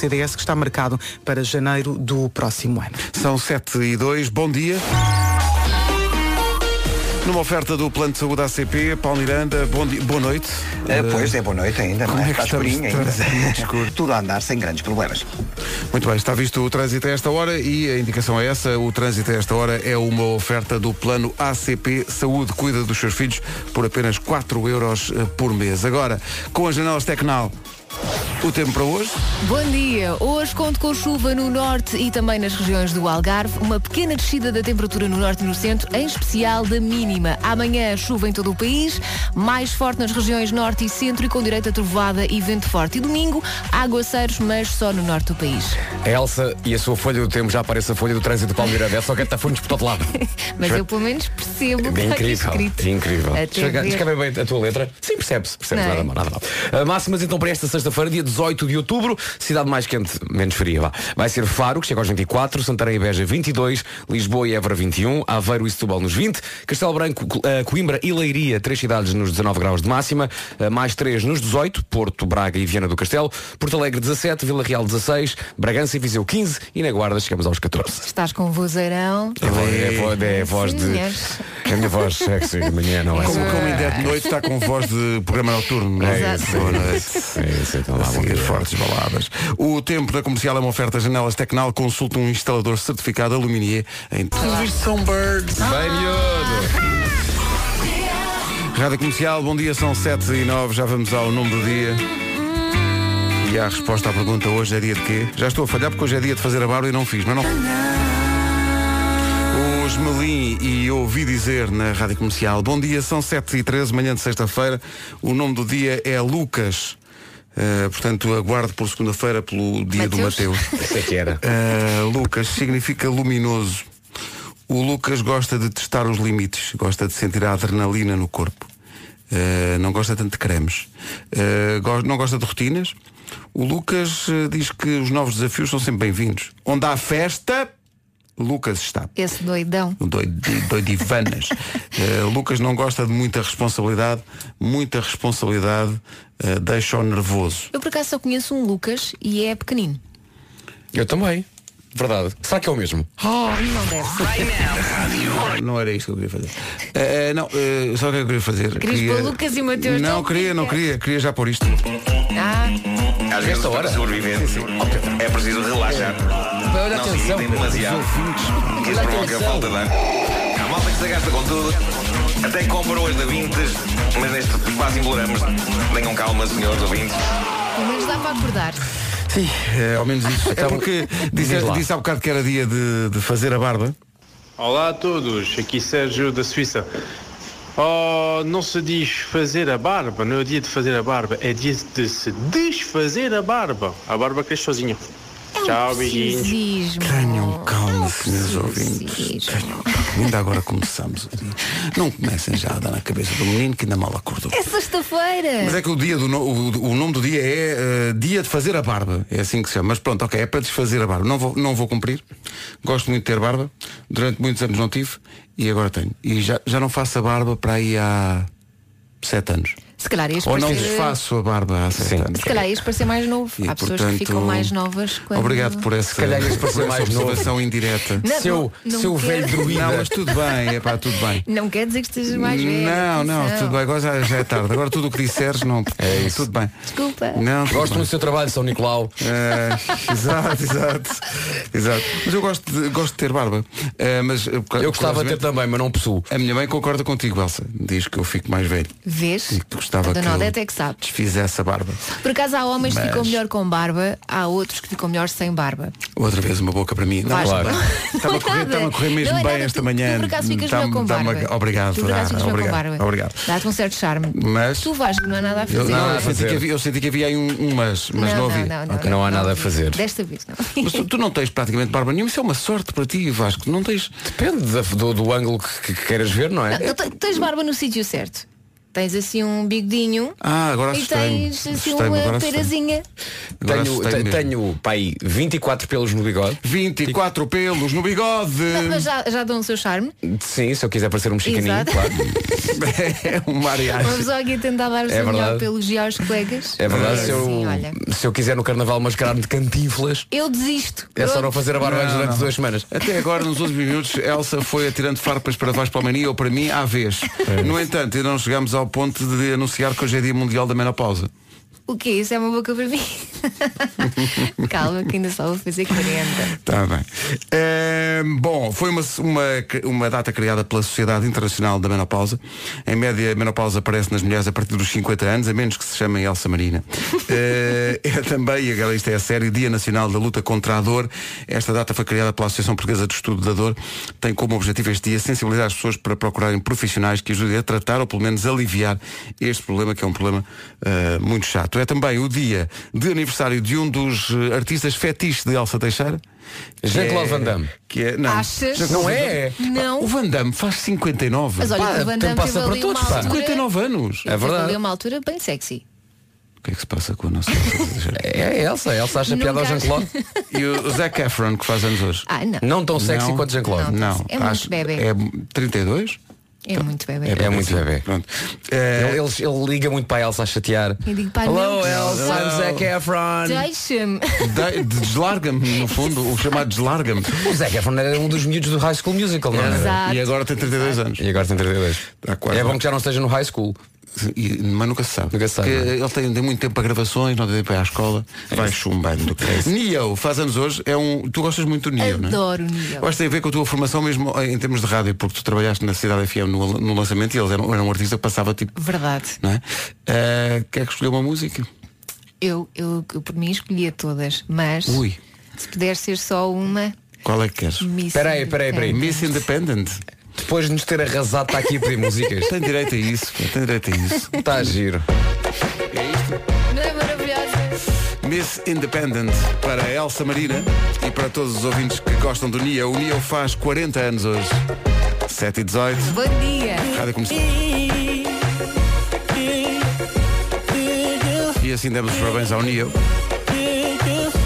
CDS que está marcado para janeiro do próximo ano. São 7 e 2, bom dia. Numa oferta do Plano de Saúde ACP, Paulo Miranda, bom dia, boa noite. Eh, pois é, boa noite ainda, não como é é? que Está estamos? escurinho Está muito ainda. escuro. Tudo a andar sem grandes problemas. Muito bem, está visto o trânsito a esta hora e a indicação é essa. O trânsito a esta hora é uma oferta do plano ACP Saúde. Cuida dos seus filhos por apenas 4 euros eh, por mês. Agora, com as janelas Tecnal, o tempo para hoje. Bom dia! Hoje conto com chuva no norte e também nas regiões do Algarve, uma pequena descida da temperatura no norte e no centro, em especial da mínima. Amanhã chuva em todo o país, mais forte nas regiões norte e centro e com direito a trovoada e vento forte. E domingo, aguaceiros, mas só no norte do país. A Elsa e a sua folha do tempo já aparece a folha do trânsito de Palmeirada. É só que está fundos por todo lado. Mas eu pelo menos percebo o que Bem está aqui É incrível. escrito. Incrível. Até Chega- ver. Descreve bem a tua letra. Sim, percebe-se. Percebe-se. Não é? Nada mal, nada mal. Ah, máximas então para esta sexta-feira, dia 18 de outubro. Cidade mais quente, menos fria. Vá. Vai ser Faro, que chega aos 24. Santarém e Beja, 22. Lisboa e Évora, 21. Aveiro e Setúbal, nos 20. Castelo Branco, Co- ah, Coimbra e Leiria, três cidades nos 19 graus de máxima. Ah, mais três nos 18. Porto, Braga e Viana do Castelo. Porto Alegre, 17. Vila Real, 16. Bragança e Viseu, 15. E na Guarda chegamos aos 14. Estás com um vozeirão. É, a voz- é a voz de. Senhores. É a minha voz sexy de manhã, não é? Como, como ainda é de noite, está com voz de programa noturno. não Exato. Boa noite. É isso, então A lá, bom seguir, dia. fortes baladas. O tempo da comercial é uma oferta janelas Tecnal. Consulta um instalador certificado Aluminier em Tudo isto são birds. Bem, miúdo. Rádio Comercial, bom dia, são 7 e 9, já vamos ao nome do dia. E a resposta à pergunta hoje é dia de quê? Já estou a falhar porque hoje é dia de fazer a barba e não fiz, mas não. Os Melim e ouvi dizer na Rádio Comercial, bom dia, são 7 e 13, manhã de sexta-feira, o nome do dia é Lucas. Eh, portanto, aguardo por segunda-feira pelo dia do Mateus. Mateus. Isso é que era. Uh, Lucas significa luminoso. O Lucas gosta de testar os limites, gosta de sentir a adrenalina no corpo. Uh, não gosta tanto de cremes. Uh, go- não gosta de rotinas. O Lucas uh, diz que os novos desafios são sempre bem-vindos. Onde há festa, Lucas está. Esse doidão. Doido- Doidivanas. uh, Lucas não gosta de muita responsabilidade. Muita responsabilidade uh, deixa-o nervoso. Eu por acaso só conheço um Lucas e é pequenino. Eu também. Verdade. Será que é o mesmo? Oh, Não deve ser. Não era isto que eu queria fazer. Eh, eh, não, eh, só o que eu queria fazer. Querias queria... pôr Lucas e Mateus Não, não queria, não queria. Queria já pôr isto. Ah, Às vezes para hora? sobreviver é preciso relaxar. Olha Não se irritem demasiado. Que isso provoca falta de ar. Há malta que se gasta com tudo. Até compram hoje da Vintes, mas neste quase embolamos. Tenham calma, senhores ouvintes. pelo menos dá para acordar. Sim, eh, ao menos isso. é Então, porque diz disse, lá. disse há bocado que era dia de, de fazer a barba. Olá a todos, aqui Sérgio da Suíça. Oh, não se diz fazer a barba, não é o dia de fazer a barba, é dia de se desfazer a barba. A barba cresce sozinha. É um Tchau, beijinhos. Precisismo. Tenham calma, Oh, Não senhores ouvintes. precisismo. Tenham calma. Ainda agora começamos o dia. Não comecem já a dar na cabeça do menino que ainda mal acordou. É sexta-feira. Mas é que o, dia do no- o, o nome do dia é eh, Dia de Fazer a Barba. É assim que se chama. Mas pronto, ok, é para desfazer a barba. Não vou, não vou cumprir. Gosto muito de ter barba. Durante muitos anos não tive e agora tenho. E já, já não faço a barba para aí há sete anos. Se calhar ias Ou não parecer- desfaço a barba há sete Sim. anos. Se calhar ias parecer mais novo. E, Há pessoas que ficam portanto, mais novas quando. Obrigado por essa, calhar ias por parecer essa mais novo. observação indireta. Não, Seu, não seu quero. velho druida. Não, mas tudo bem, é pá, tudo bem. Não quer dizer que estejas mais velho. não, não, atenção. tudo bem, agora já, já é tarde. Agora tudo o que disseres, não. É isso. Tudo bem. Desculpa. Não, tudo Gosto bem. muito do seu trabalho, São Nicolau. É, exato, exato, exato. Mas eu gosto de, gosto de ter barba. É, mas, eu Eu gostava de ter também, mas não possuo. A minha mãe concorda contigo, Elsa. Diz que eu fico mais velho. Vês? E que gostava a que Dona eu Odete é que sabe. desfizesse a barba. Por acaso há homens Mas- que ficam melhor com barba, há outros que ficam melhor sem barba. Outra vez uma boca para mim. Não, Vais- claro. Não, Estava a correr, nada. estava a correr mesmo Não é bem nada, esta tu- manhã. Tu por acaso ficas melhor Está-me- com está-me- barba. Obrigado, tu por acaso Ana, ficas melhor com obrigado, barba. obrigado. Dá-te um certo charme. Mas- Tu vais que não há nada a fazer. Eu, não, Nada eu a senti fazer. que havia, eu senti que havia aí um, um mas, mas não, ouvi. Ok. Não há nada a fazer. Desta vez não. Mas tu, tu não tens praticamente barba nenhuma, isso é uma sorte para ti, Vasco. Não tens. Depende da- do, do ângulo que, que queiras ver, não é? Não, tu te- tens barba no sítio certo. Tens assim um bigodinho Ah, agora e assustei-me. tens assim Assustei-me, agora uma assustei-me. perazinha. Agora Tenho, assustei-me te- mesmo. tenho pai, 24 pelos no bigode. 24 pelos no bigode. Não, mas já, já dão o seu charme. Sim, se eu quiser parecer um chicaninho, Exato. claro. é um Uma mariachi. pessoa aqui tentar dar o É seu melhor verdade. pelo elogiar os colegas. É verdade, Sim, se, eu, olha. se eu quiser no carnaval mascarar-me de cantinflas, Eu desisto. é só não Pronto. fazer a barba antes durante duas semanas. Até agora, nos últimos minutos, Elsa foi atirando farpas para Vasco Palmania ou para mim à vez. No entanto, ainda não chegamos ao ponto de anunciar que hoje é Dia Mundial da Menopausa. O que é isso? É uma boca para mim? Calma, que ainda só vou fazer 40. Está bem. Eh, bom, foi uma, uma, uma data criada pela Sociedade Internacional da Menopausa. Em média, a menopausa aparece nas mulheres a partir dos 50 anos, a menos que se chamem Elsa Marina. Eh, é também, e agora isto é a sério, Dia Nacional da Luta contra a Dor. Esta data foi criada pela Associação Portuguesa de Estudo da Dor. Tem como objetivo este dia sensibilizar as pessoas para procurarem profissionais que ajudem a tratar ou pelo menos aliviar este problema, que é um problema eh, muito chato. É também o dia de aniversário de um dos eh, artistas fetiches de Elsa Teixeira. Jean-Claude É, Van Damme. Que é, não. Achas? Não é? Não. O Van Damme faz 59. Mas olha, Pá, o Van tem Damme passa teve para ali todos, uma pá. altura... 59 anos. É teve verdade. ali uma altura bem sexy. O que é que se passa com a nossa É Elsa, Elsa acha Nunca piada ao Jean-Claude. E o Zac Efron, que faz anos hoje. Ah, não. Não tão sexy Não. quanto Jean-Claude. Não, Não, é muito bebé. É 32? É muito bebê. É muito bebê. assim, Pronto. Ele, É, ele- ele liga muito para a Elsa a chatear. Eu digo, pá, Hello não. Elsa, I'm Zac Efron. Deixa-me. de- Deslarga-me, no fundo, o chamado deslarga-me. O Zac Efron era um dos miúdos do High School Musical, não era? Exato. E agora tem 32 anos. E agora tem 32. Há quase- É bom que já não esteja no High School. E- mas nunca se sabe. Nunca se sabe, Porque não é? ele tem, tem muito tempo para gravações, não tem tempo para ir à escola. vai chumbando. é Neo, faz anos hoje, é um. Tu gostas muito do Neo, não é? Adoro o Neo. Eu acho que tem a ver com a tua formação mesmo eh, em termos de rádio, porque tu trabalhaste na Cidade FM no, no lançamento e eles eram, eram um artista que passava tipo. Verdade. Não é? Eh, quer que escolher uma música? Eu, eu, eu por mim escolhia todas, mas Ui. se puder ser só uma, Qual é que queres? Miss Peraí, peraí, peraí. Independent. Miss Independent. Depois de nos ter arrasado, está aqui a pedir músicas. Tem direito a isso, pá, tem direito a isso. Está giro. Não é maravilhosa? Miss Independent para a Elsa Marina e para todos os ouvintes que gostam do Neo. O Neo faz 40 anos hoje. 7 e 18. Bom dia. Rádio Comercial. E assim demos os parabéns ao Neo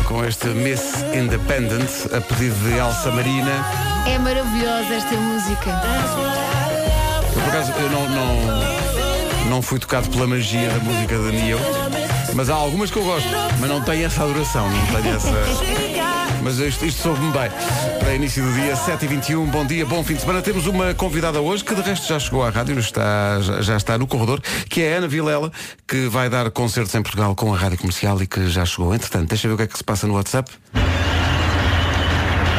com este Miss Independent a pedido de Elsa Marina. É maravilhosa esta música. Eu, por acaso, eu não, não, não fui tocado pela magia da música de Neo, mas há algumas que eu gosto, mas não tem essa adoração, não tem essa. Mas isto, isto soube-me bem. Para início do dia, 7h21, bom dia, bom fim de semana. Temos uma convidada hoje que de resto já chegou à rádio, está, já- já está no corredor, que é a Ana Vilela, que vai dar concertos em Portugal com a rádio comercial e que já chegou. Entretanto, deixa eu ver o que é que se passa no WhatsApp.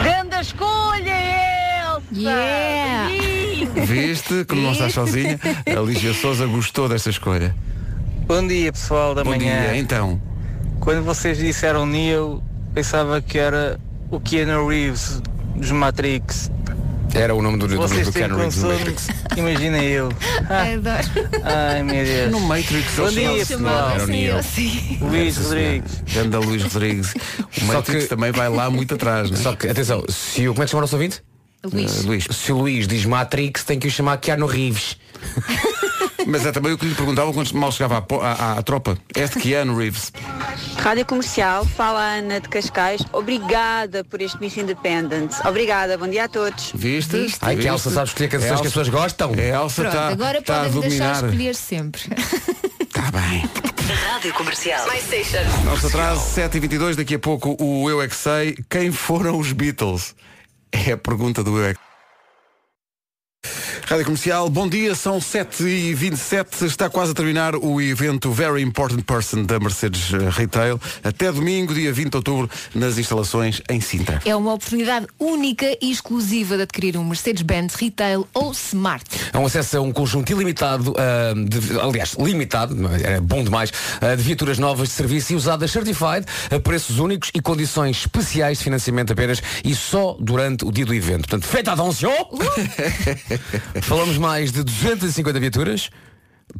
Grande escolha, Elsa! Yeah. Beijinho. Viste, como não estás sozinha, a Lígia Souza gostou desta escolha. Bom dia pessoal da Bom manhã. dia, então. Quando vocês disseram Neo, pensava que era o Keanu Reeves dos Matrix. Era o nome do, do, vocês do têm Ken Reeves do consolo, Matrix. imagina eu. Ah, Adoro. ai meu É Deus. No Matrix, Bom eles dia, chamam-se- pessoal. Era o Neo. Sim. Luís Rodrigues. Ganda Luís Rodrigues. O Matrix que- também vai lá muito atrás, não é? Só que, atenção, se o. Como é que chama o nosso ouvinte? Eh, Luís. Luís. Se o Luís diz Matrix, tem que o chamar Keanu Reeves. Mas é também o que lhe perguntavam quando mal chegava à, po- à- à- à tropa. É Este Keanu Reeves. Rádio Comercial, fala a Ana de Cascais. Obrigada por este Miss Independent. Obrigada, bom dia a todos. Viste? Ai, que Viste? Elsa sabe escolher canções Elsa- É que as pessoas gostam. A Elsa Pronto, está agora tá a podem dominar. deixar escolher sempre. Está bem. Rádio Comercial. Não se atrase, 7h22, daqui a pouco o Eu É Que Sei. Quem foram os Beatles? É a pergunta do Eu É Que Rádio Comercial, bom dia, são 7h27, está quase a terminar o evento Very Important Person da Mercedes eh, Retail, até domingo, dia 20 de outubro, nas instalações em Sintra. É uma oportunidade única e exclusiva de adquirir um Mercedes-Benz Retail ou Smart. É um acesso a um conjunto ilimitado, ah, de- aliás, limitado, é bom demais, ah, de viaturas novas de serviço e usadas certified a preços únicos e condições especiais de financiamento apenas e só durante o dia do evento. Portanto, feita atenção! Falamos mais de 250 viaturas,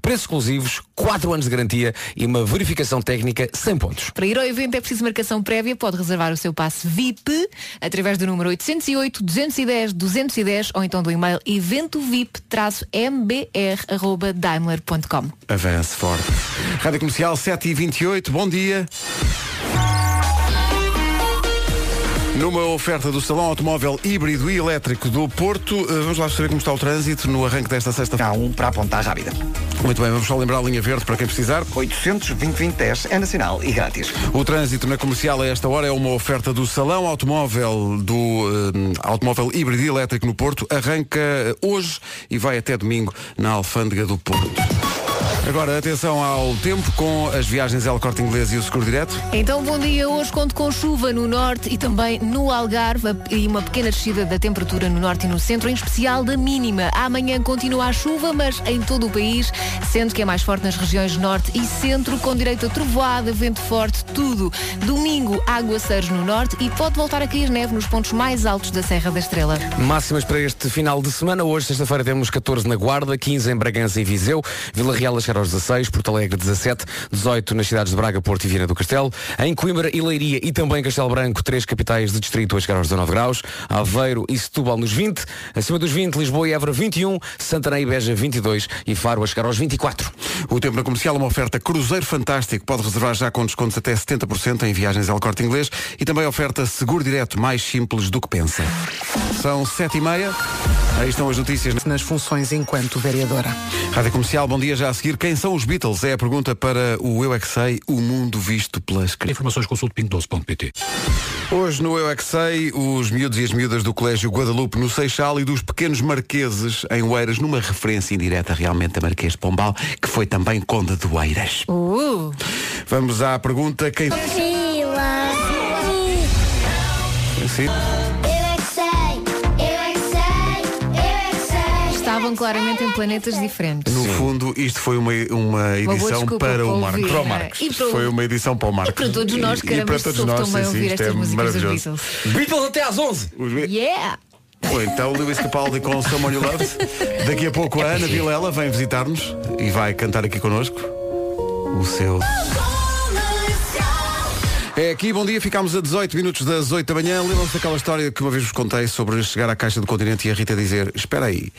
preços exclusivos, 4 anos de garantia e uma verificação técnica sem pontos. Para ir ao evento é preciso marcação prévia. Pode reservar o seu passe VIP através do número 808-210-210 ou então do e-mail eventovip-mbr.daimler.com. Avance forte. Rádio Comercial 7 e 28 bom dia. Numa oferta do Salão Automóvel Híbrido e Elétrico do Porto, eh, vamos lá saber como está o trânsito no arranque desta sexta-feira. Há um para apontar rápida. Muito bem, vamos só lembrar a linha verde para quem precisar. 820-2010 é nacional e grátis. O trânsito na comercial a esta hora é uma oferta do Salão Automóvel do eh, Automóvel Híbrido e Elétrico no Porto. Arranca eh, hoje e vai até domingo na Alfândega do Porto. Agora, atenção ao tempo com as viagens El Corte Inglês e o Seguro Direto. Então, bom dia. Hoje conto com chuva no norte e também no Algarve e uma pequena descida da temperatura no norte e no centro, em especial da mínima. Amanhã continua a chuva, mas em todo o país, sendo que é mais forte nas regiões norte e centro, com direito a trovoada, vento forte, tudo. Domingo, aguaceiros no norte e pode voltar a cair neve nos pontos mais altos da Serra da Estrela. Máximas para este final de semana. Hoje, sexta-feira, temos 14 na Guarda, 15 em Bragança e Viseu, Vila Real a chegar aos 16, Porto Alegre 17, 18 nas cidades de Braga, Porto e Viana do Castelo, em Coimbra e Leiria e também Castelo Branco, três capitais de distrito a chegar aos 19 graus, Aveiro e Setúbal nos 20, acima dos 20, Lisboa e Évora 21, Santarém e Beja 22 e Faro a chegar aos 24. O tempo na comercial é uma oferta Cruzeiro Fantástico. Pode reservar já com descontos até 70% em viagens El Corte Inglês e também oferta Seguro Direto, mais simples do que pensa. São 7h30. Aí estão as notícias. na Nas funções enquanto vereadora. Rádio Comercial, bom dia já a seguir. Quem são os Beatles? É a pergunta para o Eu É Que Sei, o mundo visto pelas crianças. Informações consulte pingo12.pt. Hoje no Eu É Que Sei, os miúdos e as miúdas do Colégio Guadalupe no Seixal e dos pequenos marqueses em Oeiras, numa referência indireta realmente a Marquês de Pombal, que foi também conde de Oeiras. Uh! Vamos à pergunta, quem... Fila. Sim. Eu é que sei, eu é que sei, eu é que sei. Estavam claramente em planetas diferentes. No fundo, isto foi uma, uma boa edição desculpa para para o ouvir, Marcos. não é? Para o Marcos. E para o- Foi uma edição para o Marcos. para todos nós E- que e para éramos todos soube nós, também sim, sim, ouvir isto estas é músicas dos maravilhoso. Beatles. Beatles até às 11! Os Be- Yeah! Ou então Lewis Capaldi com Someone You Love. Daqui a pouco a Ana Vilela vem visitar-nos e vai cantar aqui connosco o seu. É aqui, bom dia, ficámos a 18 minutos das 8 da manhã. Lembram-se daquela história que uma vez vos contei sobre chegar à Caixa do Continente e a Rita dizer, espera aí,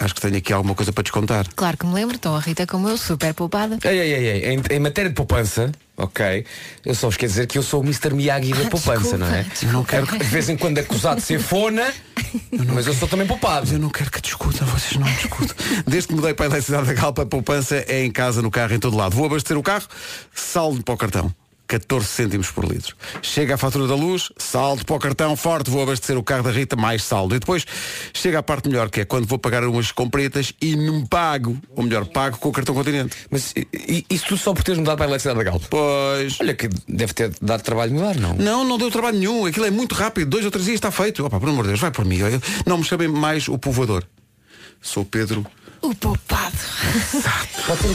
acho que tenho aqui alguma coisa para descontar. Claro que me lembro, então a Rita como eu, super poupada. É. Ei, ei, ei, ei. Em, em matéria de poupança, ok, eu só vos quero dizer que eu sou o Mr. Miyagi da Ah, poupança, desculpa, não é? desculpa. não quero que de vez em quando acusado de ser fona, mas eu sou também poupado. Eu não quero que discutam, vocês não discutam. Desde que mudei para a Eletricidade da Galpa, a poupança é em casa, no carro, em todo lado. Vou abastecer o carro, saldo para o cartão. 14 cêntimos por litro. Chega a fatura da luz, saldo para o cartão forte, vou abastecer o carro da Rita, mais saldo. E depois chega a parte melhor, que é quando vou pagar umas compritas e não pago. Ou melhor, pago com o cartão continente. Mas i- i- isso tudo só por teres mudado para a eletricidade da Galp. Pois. Olha que deve ter dado trabalho mudar, não? Não, não deu trabalho nenhum. Aquilo é muito rápido. Dois ou três dias está feito. Opa, pelo amor de Deus, vai por mim. Eu- Não me chamem mais o povoador. Sou Pedro O poupado.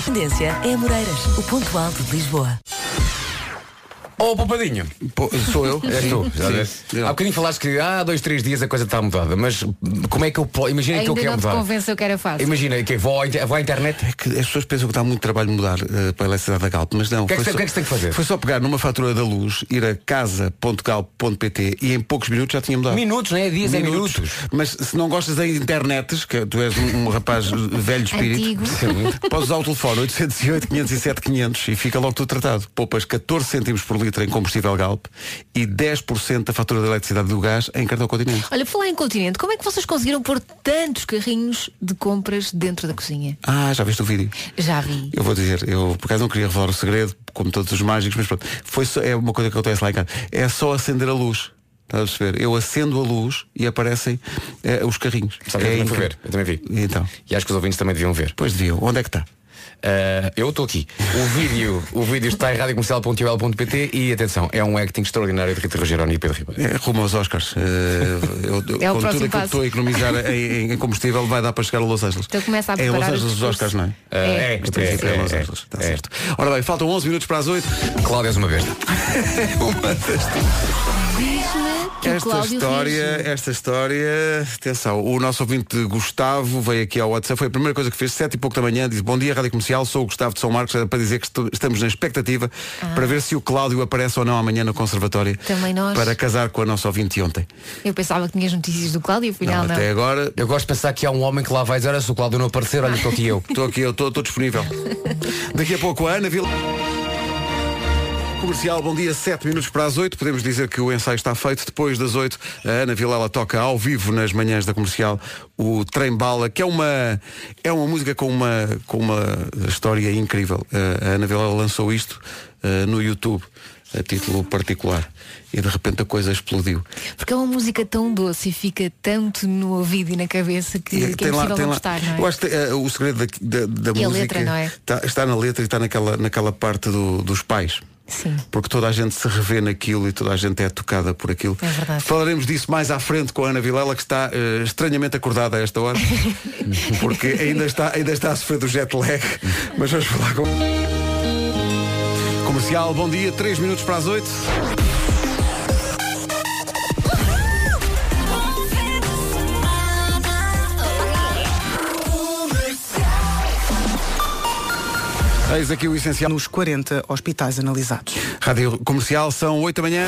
Tendência é Moreiras, o ponto alto de Lisboa. Ou oh, poupadinho. Pô, sou eu. É És tu, já Sim. vês? Sim. Há bocadinho falaste que há dois, três dias a coisa está mudada, mas como é que eu posso. Imagina que eu Ainda quero um não te mudar. convenceu que era fácil. Imagina que vou, à inter- vou à internet. É que as pessoas pensam que dá muito trabalho mudar eh, para a eletricidade da Galp, mas não. que é que foi se- o que é que se tem que fazer? Foi só pegar numa fatura da luz, ir a casa.galp.pt e em poucos minutos já tinha mudado. Minutos, não é? Dias, é minutos. Mas se não gostas da internet, que tu és um, um rapaz velho de espírito, Antigo. podes usar o telefone 808 507 500 e fica logo tudo tratado. Poupas 14 cêntimos por litro em combustível Galp e 10% da fatura da eletricidade do gás em cartão continente. Olha, por falar em continente, como é que vocês conseguiram pôr tantos carrinhos de compras dentro da cozinha? Ah, já viste o vídeo? Já vi. Eu vou dizer, eu por acaso não queria revelar o segredo, como todos os mágicos, mas pronto, foi só- é uma coisa que acontece lá em casa. É só acender a luz. Estás a perceber? Eu acendo a luz e aparecem eh, os carrinhos. Sabe, eu é também fui incrível. ver, eu também vi. E Então, E acho que os ouvintes também deviam ver. pois deviam. Onde é que está? Uh, eu estou aqui. O vídeo, o vídeo está em radiocomercial.ol.pt e atenção, é um acting extraordinário de Rita Rogeroni e Pedro Ribeiro. É rumo aos Oscars. Eh, eu- eu- É o com tudo próximo aquilo que passo. estou a economizar em, em combustível vai dar para chegar a Los Angeles. Então começa a é em Los preparar o Angeles os discurso. Oscars, não é? Uh, é, Em princípio é, Los Angeles. Está é. certo. Ora bem, faltam 11 minutos para as 8. Cláudia és uma besta. Uma das duas. Diz-me que o Esta Cláudio história, reagiu. esta história, atenção, o nosso ouvinte Gustavo veio aqui ao WhatsApp, foi a primeira coisa que fez, sete e pouco da manhã, disse, bom dia Rádio Comercial, sou o Gustavo de São Marcos, era para dizer que estu- estamos na expectativa para ver se o Cláudio aparece ou não amanhã no conservatório Ah. Também nós. para casar com a nossa ouvinte ontem. Eu pensava que tinhas notícias do Cláudio, afinal não. é- Até agora. Eu gosto de pensar que há um homem que lá vai dizer, olha, se o Cláudio não aparecer, olha, estou aqui eu. Estou aqui, eu estou estou disponível. Daqui a pouco a Ana Vila. Comercial, bom dia, 7 minutos para as 8. Podemos dizer que o ensaio está feito. Depois das 8, a Ana Vilela toca ao vivo nas manhãs da comercial o Trem Bala, que é uma, é uma música com uma, com uma história incrível. Eh, A Ana Vilela lançou isto eh, no YouTube, a título particular. E de repente a coisa explodiu. Porque é uma música tão doce e fica tanto no ouvido e na cabeça que, E que é impossível não gostar, não é? Eu acho que eh, o segredo da, da- da E a música letra, não é? tá- está na letra e está naquela, naquela parte do- dos pais. Sim. Porque toda a gente se revê naquilo e toda a gente é tocada por aquilo. É verdade. Falaremos disso mais à frente com a Ana Vilela, que está eh, estranhamente acordada a esta hora, porque ainda está, ainda está a sofrer do jet lag. Mas vamos falar com. Comercial, bom dia, 3 minutos para as 8. Eis aqui o essencial. Nos 40 hospitais analisados. Rádio Comercial, são 8 da manhã.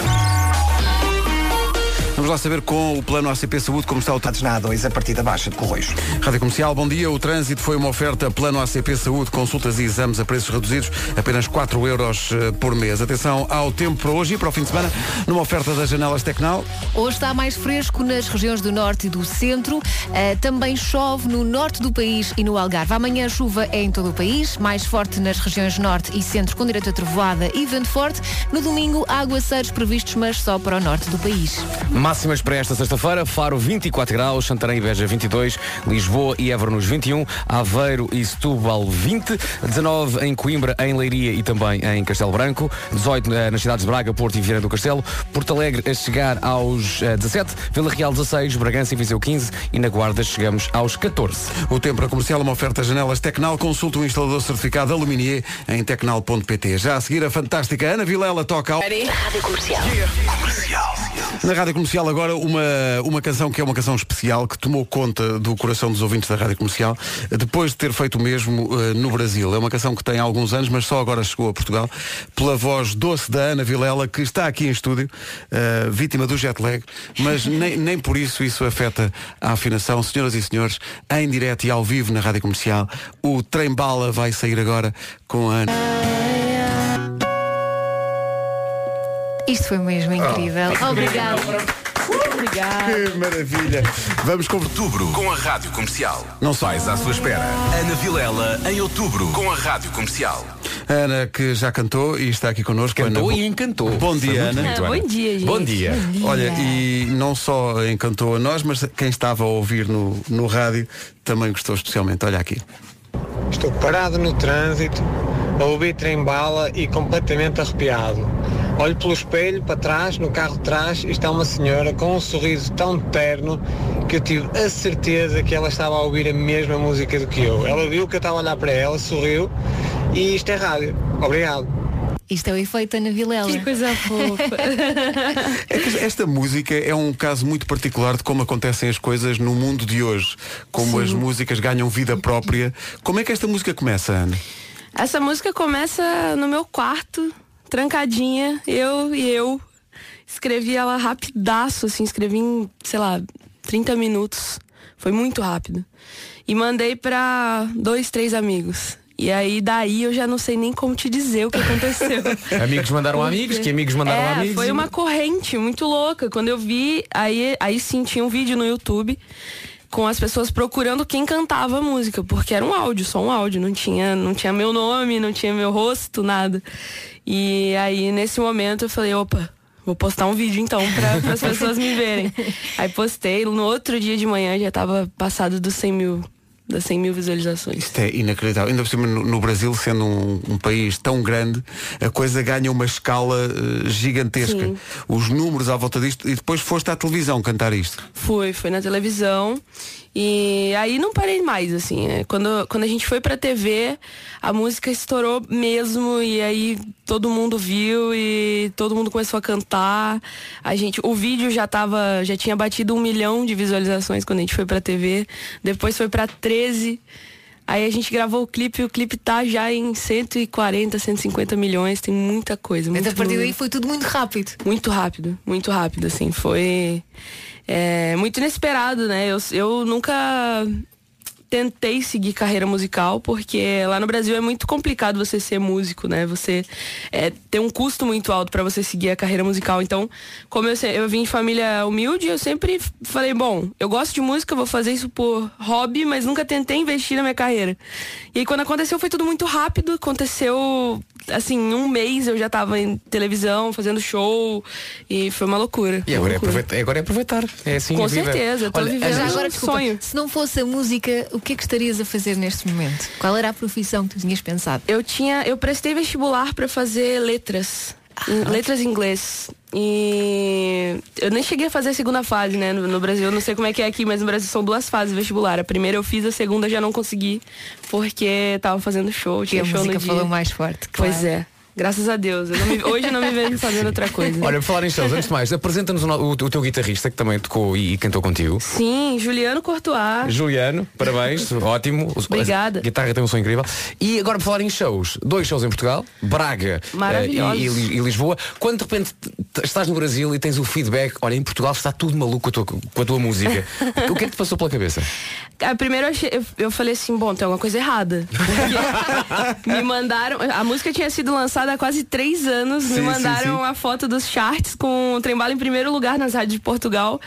Vamos lá saber com o plano ACP Saúde como está o Dados na A2 a partir da baixa de Correios. Rádio Comercial, bom dia. O trânsito foi uma oferta plano ACP Saúde, consultas e exames a preços reduzidos, apenas 4 euros eh, por mês. Atenção ao tempo para hoje e para o fim de semana, numa oferta das janelas Tecnal. Hoje está mais fresco nas regiões do norte e do centro. Ah, também chove no norte do país e no Algarve. Amanhã a chuva é em todo o país, mais forte nas regiões norte e centro, com direito a trovoada e vento forte. No domingo, há aguaceiros previstos, mas só para o norte do país. Máximas para esta sexta-feira, Faro 24 graus, Santarém e Beja 22, Lisboa e Évora nos 21, Aveiro e Setúbal 20, 19 em Coimbra, em Leiria e também em Castelo Branco, 18 eh, nas cidades de Braga, Porto e Vieira do Castelo, Porto Alegre a chegar aos eh, 17, Vila Real 16, Bragança e Viseu 15 e na Guarda chegamos aos 14. O tempo para comercial é uma oferta das janelas Tecnal. Consulte um instalador certificado Aluminier em tecnal.pt. Já a seguir a fantástica Ana Vilela toca ao... Rádio Comercial. Na Rádio Comercial agora uma, uma canção que é uma canção especial que tomou conta do coração dos ouvintes da Rádio Comercial depois de ter feito o mesmo eh, no Brasil. É uma canção que tem há alguns anos, mas só agora chegou a Portugal pela voz doce da Ana Vilela que está aqui em estúdio, eh, vítima do jet lag, mas nem, nem por isso isso afeta a afinação. Senhoras e senhores, em direto e ao vivo na Rádio Comercial, o Trem Bala vai sair agora com a Ana. Isto foi mesmo incrível. Obrigada. Obrigada. Que maravilha! Vamos com Outubro com a Rádio Comercial. Não só. Mais à sua espera. Ana Vilela em outubro com a Rádio Comercial. A Ana que já cantou e está aqui connosco. Cantou Ana, e bo- encantou. Bom dia, Foi muito Ana. bonito, Ana. Bom dia. Olha, e não só encantou a nós, mas quem estava a ouvir no, no rádio também gostou especialmente. Olha aqui. Estou parado no trânsito, a ouvir trem-bala e completamente arrepiado. Olho pelo espelho, para trás, no carro de trás, e está uma senhora com um sorriso tão terno que eu tive a certeza que ela estava a ouvir a mesma música do que eu. Ela viu que eu estava a olhar para ela, sorriu e isto é rádio. Obrigado. Isto é o efeito Ana Vilela. Que coisa fofa. É que esta música é um caso muito particular de como acontecem as coisas no mundo de hoje. Como as músicas ganham vida própria. Como é que esta música começa, Ana? Essa música começa no meu quarto, trancadinha, eu e eu. Escrevi ela rapidaço, assim, escrevi em, sei lá, 30 minutos. Foi muito rápido. E mandei pra dois, três amigos. E aí daí eu já não sei nem como te dizer o que aconteceu. Amigos mandaram amigos, que amigos mandaram é, amigos. Foi e- uma corrente muito louca. Quando eu vi, aí, aí sim tinha um vídeo no YouTube com as pessoas procurando quem cantava a música, porque era um áudio, só um áudio, não tinha, não tinha meu nome, não tinha meu rosto, nada. E aí nesse momento eu falei, opa, vou postar um vídeo então para as pessoas me verem. Aí postei, no outro dia de manhã já tava passado dos 100 mil, das 100 mil visualizações. Isto é inacreditável. Ainda por cima, no, no Brasil, sendo um, um país tão grande, a coisa ganha uma escala eh, gigantesca. Sim. Os números à volta disto. E depois foste à televisão cantar isto. Foi, foi na televisão. E aí não parei mais, né? assim. é, Quando, quando a gente foi pra TV, a música estourou mesmo. E aí Todo mundo viu e todo mundo começou a cantar. A gente, o vídeo já tava, já tinha batido um milhão de visualizações quando a gente foi pra TV. Depois foi pra 13. Aí a gente gravou o clipe e o clipe tá já em 140, 150 milhões. Tem muita coisa. Mas é Muito, a partir daí foi tudo muito rápido. Muito rápido, muito rápido, assim. Foi é, muito inesperado, né? Eu, eu nunca tentei seguir carreira musical, porque lá no Brasil é muito complicado você ser músico, né? Você é, tem um custo muito alto para você seguir a carreira musical. Então, como eu, se- eu vim de família humilde, eu sempre f- falei, bom, eu gosto de música, vou fazer isso por hobby, mas nunca tentei investir na minha carreira. E aí quando aconteceu foi tudo muito rápido, aconteceu assim, em um mês eu já tava em televisão, fazendo show, e foi uma loucura. E agora é, Loucura. aproveitar, agora é aproveitar. É assim Com a vida. certeza, tô Olha, vivendo. as- Já um agora, desculpa, sonho. se não fosse a música, o que é que estarias a fazer neste momento? Qual era a profissão que tu tinhas pensado? Eu tinha, eu prestei vestibular para fazer letras, Em- letras em inglês. E eu nem cheguei a fazer a segunda fase, né? No, no Brasil, eu não sei como é que é aqui, mas no Brasil são duas fases vestibular. A primeira eu fiz, a segunda já não consegui, porque tava fazendo show, Porque tinha a show música no dia. falou mais forte. Pois claro. é. Graças a Deus. Eu não me- hoje eu não me vejo fazendo outra coisa. Olha, por falar em shows, antes de mais, apresenta-nos o, no- o- o teu guitarrista que também tocou e, e cantou contigo. Sim, Juliano Courtois. Juliano, parabéns, ótimo. Obrigada. A guitarra tem um som incrível. E agora por falar em shows, dois shows em Portugal, Braga eh, e, Maravilhosos. e Li- e Lisboa. Quando de repente t- t- estás no Brasil e tens o feedback, olha, em Portugal está tudo maluco com a tua, com a tua música. o que é que te passou pela cabeça? Ah, primeiro eu, achei- eu- eu falei assim, bom, tem alguma coisa errada. Porque me mandaram. A música tinha sido lançada há quase três anos. Sim, me sim, mandaram sim. a foto dos charts com o Trembala em primeiro lugar nas rádios de Portugal.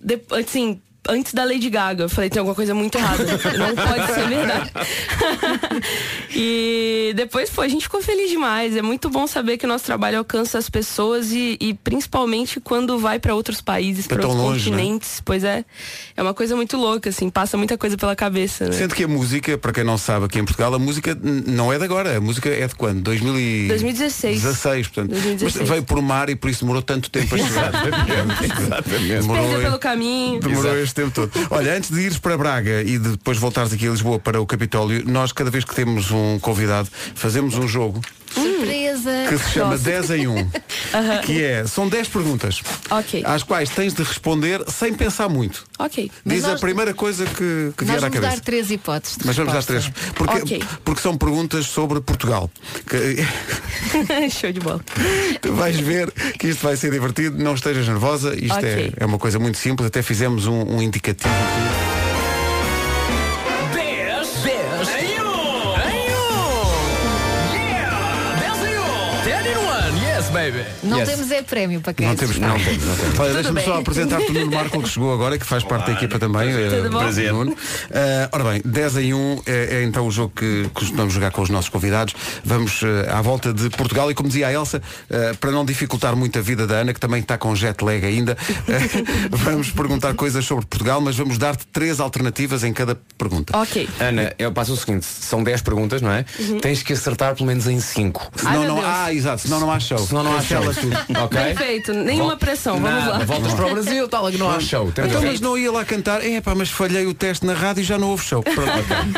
De- assim, antes da Lady Gaga. Eu falei, tem alguma coisa muito errada. Não pode ser verdade. E depois, pô, a gente ficou feliz demais. É muito bom saber que o nosso trabalho alcança as pessoas e, e principalmente quando vai para outros países, Pra para tão outros longe, né? continentes. Pois é, é uma coisa muito louca, assim, passa muita coisa pela cabeça, né? Sendo que a música, para quem não sabe aqui em Portugal, a música n- não é de agora, a música é de quando? 2016. 2016, portanto. 2016. Mas veio por mar e por isso demorou tanto tempo a chegar. Exatamente. Perdeu Demorou, pelo caminho. demorou este tempo todo. Olha, antes de ires para Braga e de depois voltares aqui a Lisboa para o Capitólio, nós cada vez que temos um convidado, fazemos um jogo Surpresa. que se chama Nossa. 10 em 1. Aham. Que é, são 10 perguntas Ok. às quais tens de responder sem pensar muito. Ok. Diz Mas nós- a primeira coisa que, que Nós vier à vamos cabeça. dar três hipóteses. de Mas vamos às três. resposta. Porque, Ok. porque são perguntas sobre Portugal. Que- Show de bola. tu vais ver que isto vai ser divertido, não estejas nervosa. Isto Ok. é, é uma coisa muito simples, até fizemos um, um indicativo. aqui. 10 10 em 1 em 1 Yeah 10 em 1 10 em 1 Yes baby Não Yes. temos é prémio para quem Não temos, não temos, não temos. Olha, Tudo deixa-me só bem. apresentar-te o Nuno Marco que chegou agora, que faz parte da equipa também. eh, Tudo bom? Prazer. Nuno. Eh, ora bem, 10 em 1 é, é então o jogo que costumamos jogar com os nossos convidados. Vamos eh, à volta de Portugal e como dizia a Elsa, eh, para não dificultar muito a vida da Ana, que também está com jet lag ainda, eh, vamos perguntar coisas sobre Portugal, mas vamos dar-te três alternativas em cada pergunta. Ok. É, Ana, eu passo o seguinte, são 10 perguntas, não é? Uhum. Tens que acertar pelo menos em 5. Ai, meu não- Deus. ah, exato, senão não há show. Senão não há show. Cancela tudo. ok? Perfeito, nenhuma Vol- pressão, vamos Nada, lá. Voltas para o Brasil, tal, é que não há show. Temos Então, que- mas não ia lá cantar, é pá, mas falhei o teste na rádio e já não houve show. Pronto,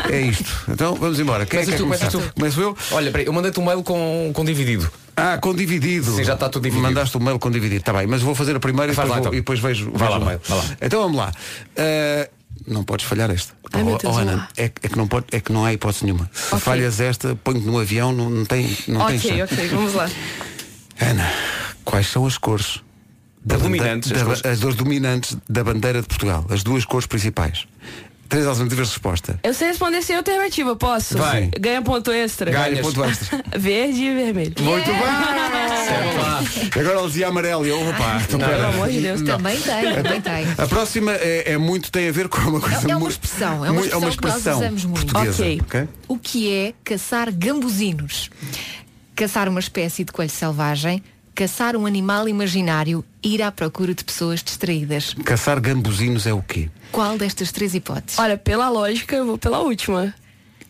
ok. é isto. Então vamos embora. Quem é que Começas quer tu, começar? começas tu. Começo eu? Olha, peraí, eu mandei-te um mail com, com dividido. Ah, com dividido. Sim, já está tudo dividido. Mandaste o mail com dividido, está bem, mas vou fazer a primeira e Faz depois, lá, vou- então. e depois vejo, Vai vejo lá, o mail. vai lá. Então vamos lá. Ah, não podes falhar esta. Ai, meu Oh, Deus, oh, vamos Ana, é, que- é que não pode, é que não há hipótese nenhuma. Se Ok. falhas esta, ponho-te no avião, não, não tem. Não tem ok, chance. ok, vamos lá. Ana, quais são as cores? da Dominantes, bande- as da- cores. as duas dominantes da bandeira de Portugal, as duas cores principais. Três alternativas de resposta. Eu sei responder sem alternativa, posso? Vai. Ganha ponto extra. Ganha ponto extra. Verde e vermelho. Muito bem! Agora ela dizia amarelo e eu, Ah, opa, então Não, pera. pelo amor de Deus. Não. Também tem, também tem. A próxima é, é muito, tem a ver com uma coisa É- é uma muito- expressão, é uma muito- expressão que nós usamos muito. portuguesa, Ok. ok? O que é caçar gambuzinos? Caçar uma espécie de coelho selvagem, caçar um animal imaginário, ir à procura de pessoas distraídas. Caçar gambuzinos é o quê? Qual destas três hipóteses? Olha, pela lógica, eu vou pela última.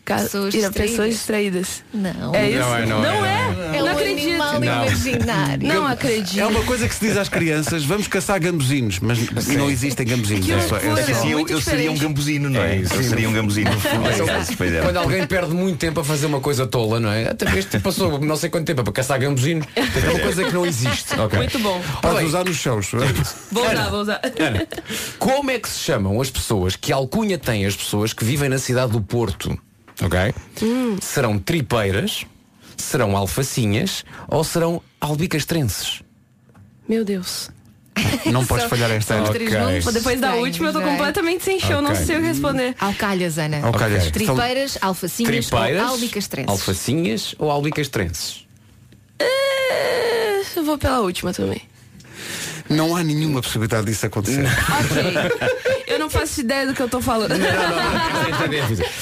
Ca- Pessoas ir a distraídas. pessoas distraídas. Não. É isso? Não é, não é, não é. É um Não acredito. animal Não. imaginário. Não acredito. É uma coisa que se diz às crianças, vamos caçar gambuzinos, mas não existem gambuzinos. É só- é só- eu, eu seria um gambuzino, não é? É, eu sim. seria um gambuzino. no fundo, é isso, pois é. Quando alguém perde muito tempo a fazer uma coisa tola, não é? Até este passou não sei quanto tempo para caçar gambuzino. É uma coisa que não existe. Ok. Muito bom. Ora Podes bem, é usar nos shows. Vou usar, vou usar. Ana, como é que se chamam as pessoas, que alcunha têm as pessoas que vivem na cidade do Porto? Ok? Hum. Serão tripeiras, serão alfacinhas ou serão albicastrenses? Meu Deus. Não podes Só- falhar esta só os Ana. três Ok. nomes. Depois da Estranhos, última eu tô não é? completamente sem show, não Ok. sei o que responder. Alcalhas, Ana. Alcalhas. São- Tripeiras, alfacinhas ou Tripeiras, albicastrenses. alfacinhas ou albicastrenses? Eh, Eu vou pela última também. Não há nenhuma possibilidade disso acontecer. Eu não faço ideia do que eu tô falando.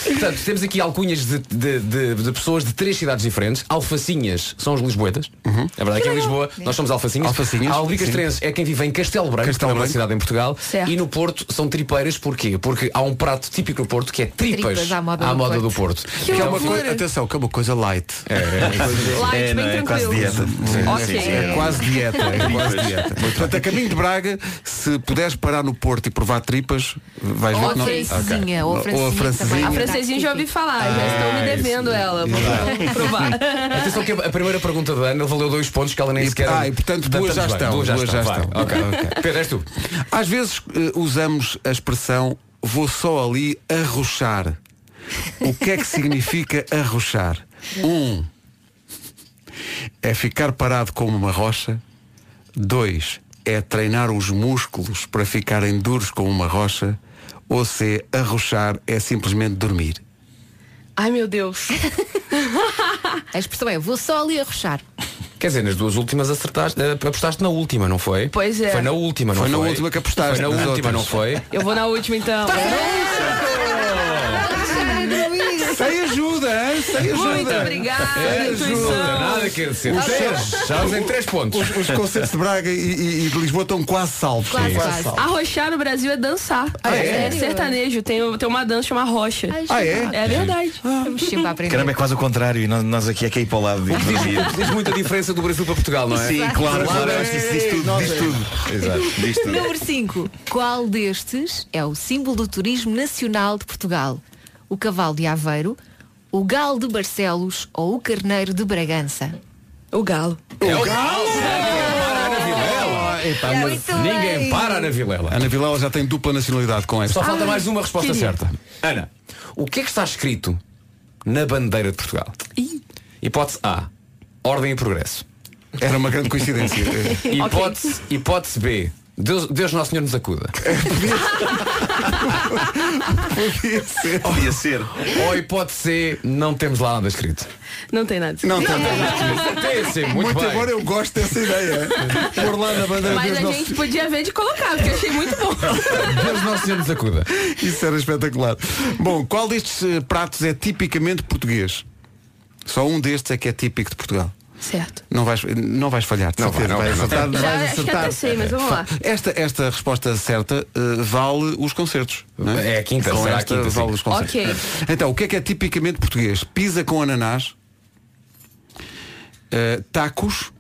Portanto, temos aqui alcunhas de, de- de- de pessoas de três cidades diferentes. Alfacinhas são os lisboetas. É verdade que em Lisboa nós somos alfacinhas. Uhum. Alfacinhas, Albicastrenses é quem vive em Castelo Branco, Castelo que é uma Branco. cidade em Portugal. Certo. E no Porto são tripeiras, porquê? Porque há um prato típico no Porto que é tripas, Tripas à moda do do Porto. Que é uma horror. coisa, atenção, que é uma coisa light. Light, É, não, bem é quase tranquilo. dieta. Sim, Ok. sim, sim, É quase dieta, é quase dieta. Portanto, a caminho de Braga, se puderes parar no Porto e provar tripas, vais Ou ver a que não. francesinha, ou a Ok. Ou a francesinha A também. francesinha já ouvi falar, já estão me devendo ela. Vou provar. Atenção que a primeira pergunta da Ana valeu dois pontos que ela nem E- sequer. ah, e, portanto, duas já estamos bem, estão, duas já vai. estão. Ok, Ok, ok. Pedro, és tu. Às vezes eh, usamos a expressão vou só ali arrochar. O que é que significa arrochar? Um é ficar parado como uma rocha. Dois é treinar os músculos para ficarem duros como uma rocha. Ou C, arrochar é simplesmente dormir. Ai meu Deus. A expressão é, vou só ali arrochar. Quer dizer, nas duas últimas acertaste, eh, apostaste na última, não foi? Pois é. Foi na última, não Foi foi? na última que apostaste, Foi na nas última, outras. não foi? Eu vou na última então. Sem ajuda, hein? Sem ajuda. Muito obrigada, intuição. É, Nada quer dizer. Os- Já fazem três pontos. Os, os conceitos de Braga e, e- e de Lisboa estão quase salvos. Quase, Estão quase. salvos. Arrochar no Brasil é dançar. é? sertanejo. Tem, tem uma dança chamada rocha. Ah, é? É verdade. Vamos sempre a aprender. Caramba, é quase o contrário e nós, nós aqui é que é ir para o lado de de- Diz muita diferença do Brasil para Portugal, não é? Sim, claro, claro, Ei, acho que isso diz tudo, nossa. diz tudo. Exato, diz tudo. Número 5. Qual destes é o símbolo do turismo nacional de Portugal? O cavalo de Aveiro, o galo de Barcelos ou o carneiro de Bragança? O galo. Muito Ninguém bem. para na Vilela. Ana Vilela já tem dupla nacionalidade com esta. Só falta mais uma resposta queria. certa. Ana, o que é que está escrito na bandeira de Portugal? Ih. Hipótese A, ordem e progresso. Era uma grande coincidência. Hipótese, hipótese B, Deus, Deus Nosso Senhor nos acuda. Podia ser. Podia ser. Ou hipótese C, não temos lá nada escrito. Não tem nada. Não, tá bem. Sim, muito, Muito bem. embora eu gosto dessa ideia. Por lá na bandeira Mas Deus a Nosso- gente podia ver de colocar, porque eu achei muito bom. Deus Nosso Senhor nos acuda. Isso era espetacular. Bom, qual destes eh, pratos é tipicamente português? Só um destes é que é típico de Portugal. Certo. Não vais, não vais falhar, de Não certeza. vai, vais não vai, acertar, Já vais acho que acertar. até sei, mas vamos lá. Esta, esta resposta certa eh, vale os concertos. não É a quinta, com será a esta quinta, sim. vale os concertos. Ok. Então, o que é que é tipicamente português? Pisa com ananás, eh, tacos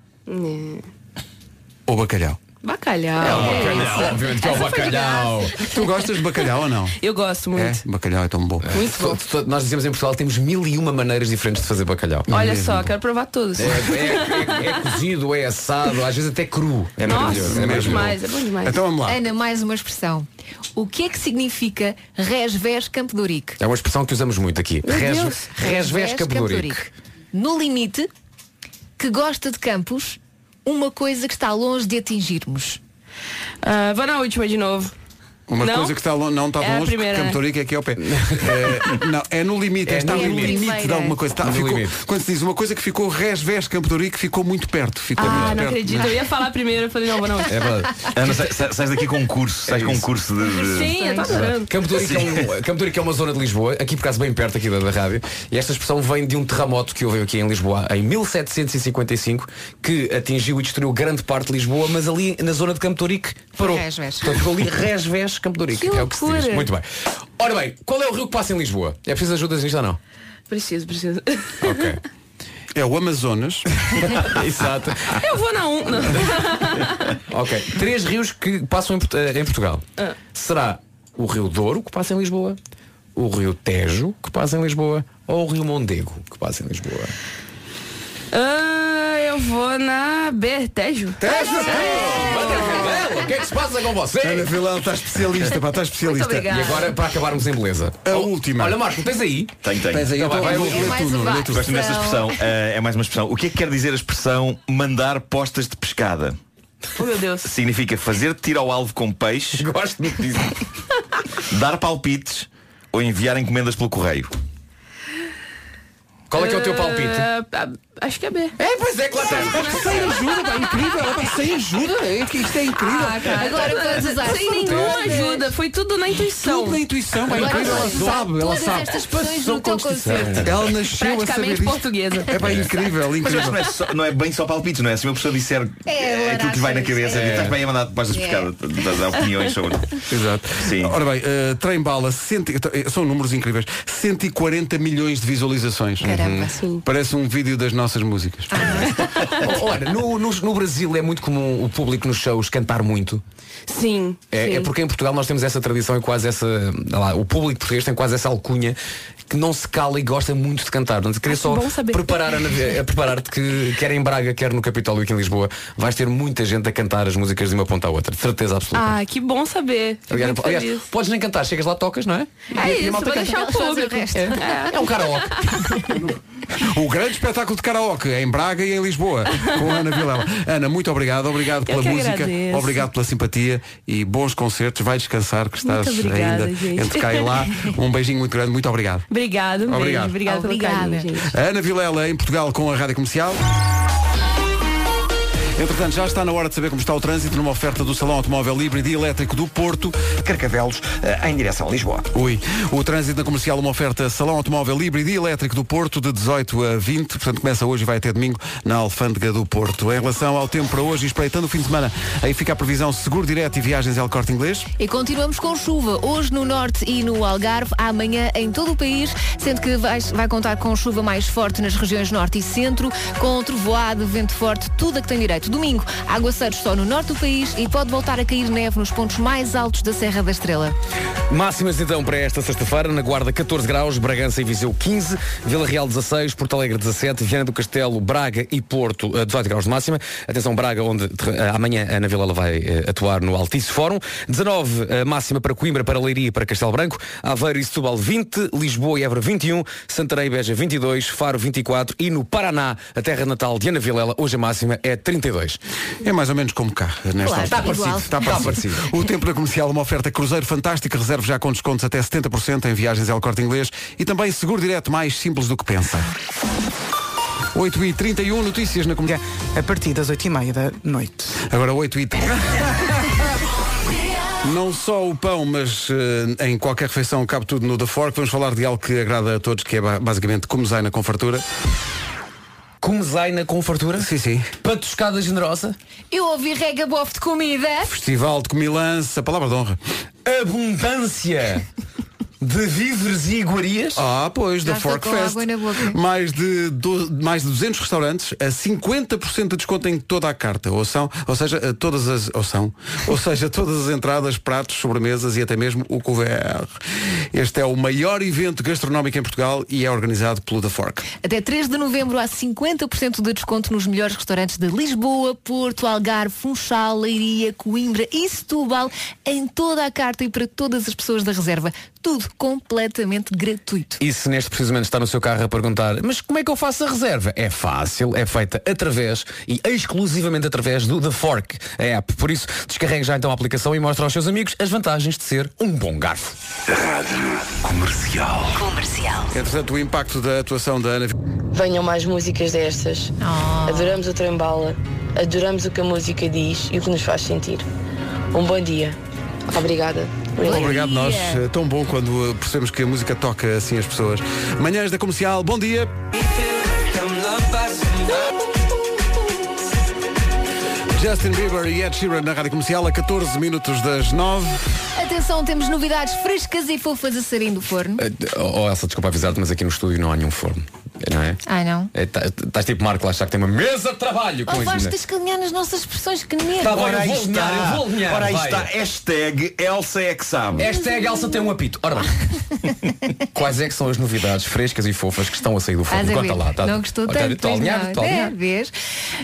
ou bacalhau? É. Bacalhau. É Bacalhau, obviamente que é o bacalhau. Tu gostas de bacalhau ou não? Eu gosto É, muito. bacalhau é tão bom. Muito bom. To- to- Nós dizemos em Portugal que temos mil e uma maneiras diferentes de fazer bacalhau. Olha só, quero provar todos. É, é- é- é cozido, é assado, às vezes até cru. É Nossa, maravilhoso. é bom mesmo. demais, é bom demais. Então vamos lá. Ana, mais uma expressão. O que é que significa res vés campo de Ourique? É uma expressão que usamos muito aqui. Deus. Res- Resvés Campo de Ourique. Cabeduric. No limite, que gosta de campos, uma coisa que está longe de atingirmos. Ah, vou na última de novo. Uma Não? coisa que tá está longe, não está É a longe, primeira, porque né? Campo Torico é aqui ao pé. É, não, é no limite, é, É está no no limite, limite. de alguma coisa. Está- No ficou- limite. quando se diz uma coisa que ficou res vés Campo Torico, ficou muito perto. Ficou Ah, muito não perto. acredito. Eu ia falar primeiro, eu falei, não, vou na última. né? É verdade. Ana, sai- sai- sais daqui com um É curso, sais com um curso de. de- Sim, eu tô adorando. Campo de Ourique é, um- Campo de Ourique é uma zona de Lisboa, aqui por acaso bem perto aqui da, da rádio, e esta expressão vem de um terremoto que houve aqui em Lisboa em 1755, que atingiu e destruiu grande parte de Lisboa, mas ali na zona de Campo de Ourique parou. Resvés. Portanto, ficou ali resvés Campo de Ourique. Que É o que se diz. loucura. Muito bem. Ora bem, qual é o rio que passa em Lisboa? É preciso ajudas nisto ou não? Preciso, preciso. Ok. É o Amazonas. Exato. Eu vou na um. não. Ok. Três rios que passam em, Port- eh, em Portugal. Ah. Será o Rio Douro, que passa em Lisboa, o Rio Tejo, que passa em Lisboa, ou o Rio Mondego, que passa em Lisboa? Ah, eu vou na B, Tejo. O que é que se passa com você? Ana Vilão está especialista, pá, está especialista. Muito obrigada. E agora, para acabarmos em beleza. Oh, A última. Olha, Marco, tens aí? Tenho, tenho. Tens aí, Então então vai, eu vai, vou vai. ler tu, Nuno, lê tu. Gosto Então, imenso dessa expressão. Eh, é mais uma expressão. O que é que quer dizer a expressão mandar postas de pescada? Oh, meu Deus. Significa fazer tiro ao alvo com peixe. Gosto muito disso. Dar palpites ou enviar encomendas pelo correio. Qual é que é o teu palpite? Eh. Ah, acho que é B. É, pois é, claro. Sem ajuda, pá, é incrível. Ela está sem ajuda. É que Isto é incrível. Ah, cara, Agora todas as Sem nenhuma ajuda, foi tudo na intuição. Tudo na intuição, pá, então, é Agora incrível. Ela todas- sabe, ela todas sabe. estas pessoas Passou no teu com distinção. concerto. Ela nasceu a saber Praticamente isto. portuguesa. É pá, incrível, Mas eu acho que incrível. não é, só- não é bem só palpites, não é? Se uma pessoa disser É, eh, aquilo que lhe vai na achas, cabeça, é. estás bem a mandar postas de É. pescada, das opiniões sobre. Exato. Sim. Ora bem, eh, trem bala, cento- eh, são números incríveis. 140 milhões de visualizações. Caramba. Sim. Ah, é? Parece um vídeo das nossas músicas. Oh, Olha, no, no- no Brasil é muito comum o público nos shows cantar muito. Sim. É, sim. é porque em Portugal nós temos essa tradição e quase essa. olha lá, o público português tem quase essa alcunha que não se cala e gosta muito de cantar. Portanto, queria Ah, que só bom saber. preparar a, a preparar-te que quer em Braga, quer no Capitólio aqui em Lisboa, vais ter muita gente a cantar as músicas de uma ponta à outra. De certeza absoluta. Ah, que bom saber. Fico Aliás, muito aliás, feliz. podes nem cantar, chegas lá, tocas, não é? É E a isso, malta vou canta. deixar o Elas fazem o público. resto. É. É um karaoke. O grande espetáculo de karaoke em Braga e em Lisboa, com a Ana Vilela. Ana, muito obrigado, obrigado pela que música, agradeço. obrigado pela simpatia e bons concertos. Vai descansar que estás Muito obrigada, ainda gente. entre cá e lá. Um beijinho muito grande, muito obrigado. Obrigado, um Obrigado. beijo. Obrigado pelo Obrigada. carinho, gente. A Ana Vilela em Portugal com a Rádio Comercial. Entretanto, já está na hora de saber como está o trânsito numa oferta do Salão Automóvel Híbrido e Elétrico do Porto. Carcavelos eh, em direção a Lisboa. Ui, o trânsito na comercial, uma oferta Salão Automóvel Híbrido e Elétrico do Porto, de 18 a 20. Portanto, começa hoje e vai até domingo na Alfândega do Porto. Em relação ao tempo para hoje, espreitando o fim de semana, aí fica a previsão seguro direto e viagens El Corte Inglês. E continuamos com chuva, hoje no norte e no Algarve, amanhã em todo o país, sendo que vai, vai contar com chuva mais forte nas regiões norte e centro, com trovoado, vento forte, tudo a que tem direito. Domingo, aguaceiros só no norte do país e pode voltar a cair neve nos pontos mais altos da Serra da Estrela. Máximas então para esta sexta-feira, na Guarda 14 graus, Bragança e Viseu 15, Vila Real 16, Porto Alegre 17, Viana do Castelo, Braga e Porto eh, 18 graus de máxima. Atenção, Braga, onde eh, amanhã a Ana Vilela vai eh, atuar no Altice Fórum. 19 eh, máxima para Coimbra, para Leiria e para Castelo Branco, Aveiro e Setúbal 20, Lisboa e Évora 21, Santarém e Beja 22, Faro 24 e no Paraná, a terra natal de Ana Vilela, hoje a máxima é 32. É mais ou menos como cá, nesta Claro, altura. está parecido, Igual. Está está parecido. parecido. O tempo na comercial, uma oferta cruzeiro fantástica, reserve já com descontos até 70% em viagens El Corte Inglês e também seguro direto mais simples do que pensa. 8h31, notícias na comercial. A partir das 8h30 da noite. Agora 8 e 30. Não só o pão, mas eh, em qualquer refeição cabe tudo no The Fork. Vamos falar de algo que agrada a todos, que é ba- basicamente comezaina com fartura. Comezaina com fartura, Sim, sim. patuscada generosa, Eu ouvi rega bof de comida. Festival de comilança, palavra de honra. abundância de víveres e iguarias. Ah, pois, The Já estou Fork com Fest. água na boca. Mais de, do- mais de 200 restaurantes a 50% de desconto em toda a carta. Ou, são, ou seja, eh, todas as. Ou são. Ou seja, todas as entradas, pratos, sobremesas e até mesmo o couvert. Este é o maior evento gastronómico em Portugal e é organizado pelo The Fork. Até 3 de novembro há 50% de desconto nos melhores restaurantes de Lisboa, Porto, Algarve, Funchal, Leiria, Coimbra e Setúbal, em toda a carta e para todas as pessoas da reserva. Tudo completamente gratuito. E se neste precisamente está no seu carro a perguntar Mas como é que eu faço a reserva? É fácil, é feita através e exclusivamente através do The Fork, a app Por isso, descarregue já então a aplicação e mostre aos seus amigos As vantagens de ser um bom garfo Entretanto, o impacto da atuação da Ana. Venham mais músicas destas. Ah. Adoramos o trembala, adoramos o que a música diz e o que nos faz sentir. Um bom dia. Obrigada. Um Obrigado, nós. É tão bom quando eh, percebemos que a música toca assim as pessoas. Manhãs da comercial, bom dia. Justin Bieber e Ed Sheeran na Rádio Comercial a 14 minutos das 9. Atenção, temos novidades frescas e fofas a saírem do forno. Oh, Elsa, desculpa avisar-te, mas aqui no estúdio não há nenhum forno. Não é? Ai não. É, tá- Estás tipo Marco lá, está que tem uma mesa de trabalho Oh, com isso. vais né? descalinhar nas nossas expressões que nem Tá bem, eu vou alinhar, eu vou alinhar, Ora aí vai. está, hashtag Elsa é que sabe. Hashtag Elsa tem um apito. Ora bem. Quais é que são as novidades frescas e fofas que estão a sair do Estás forno? a Conta ver? lá. Tá, não gostou Olha, tanto. Estou pois alinhado, não. estou alinhado. É, vês?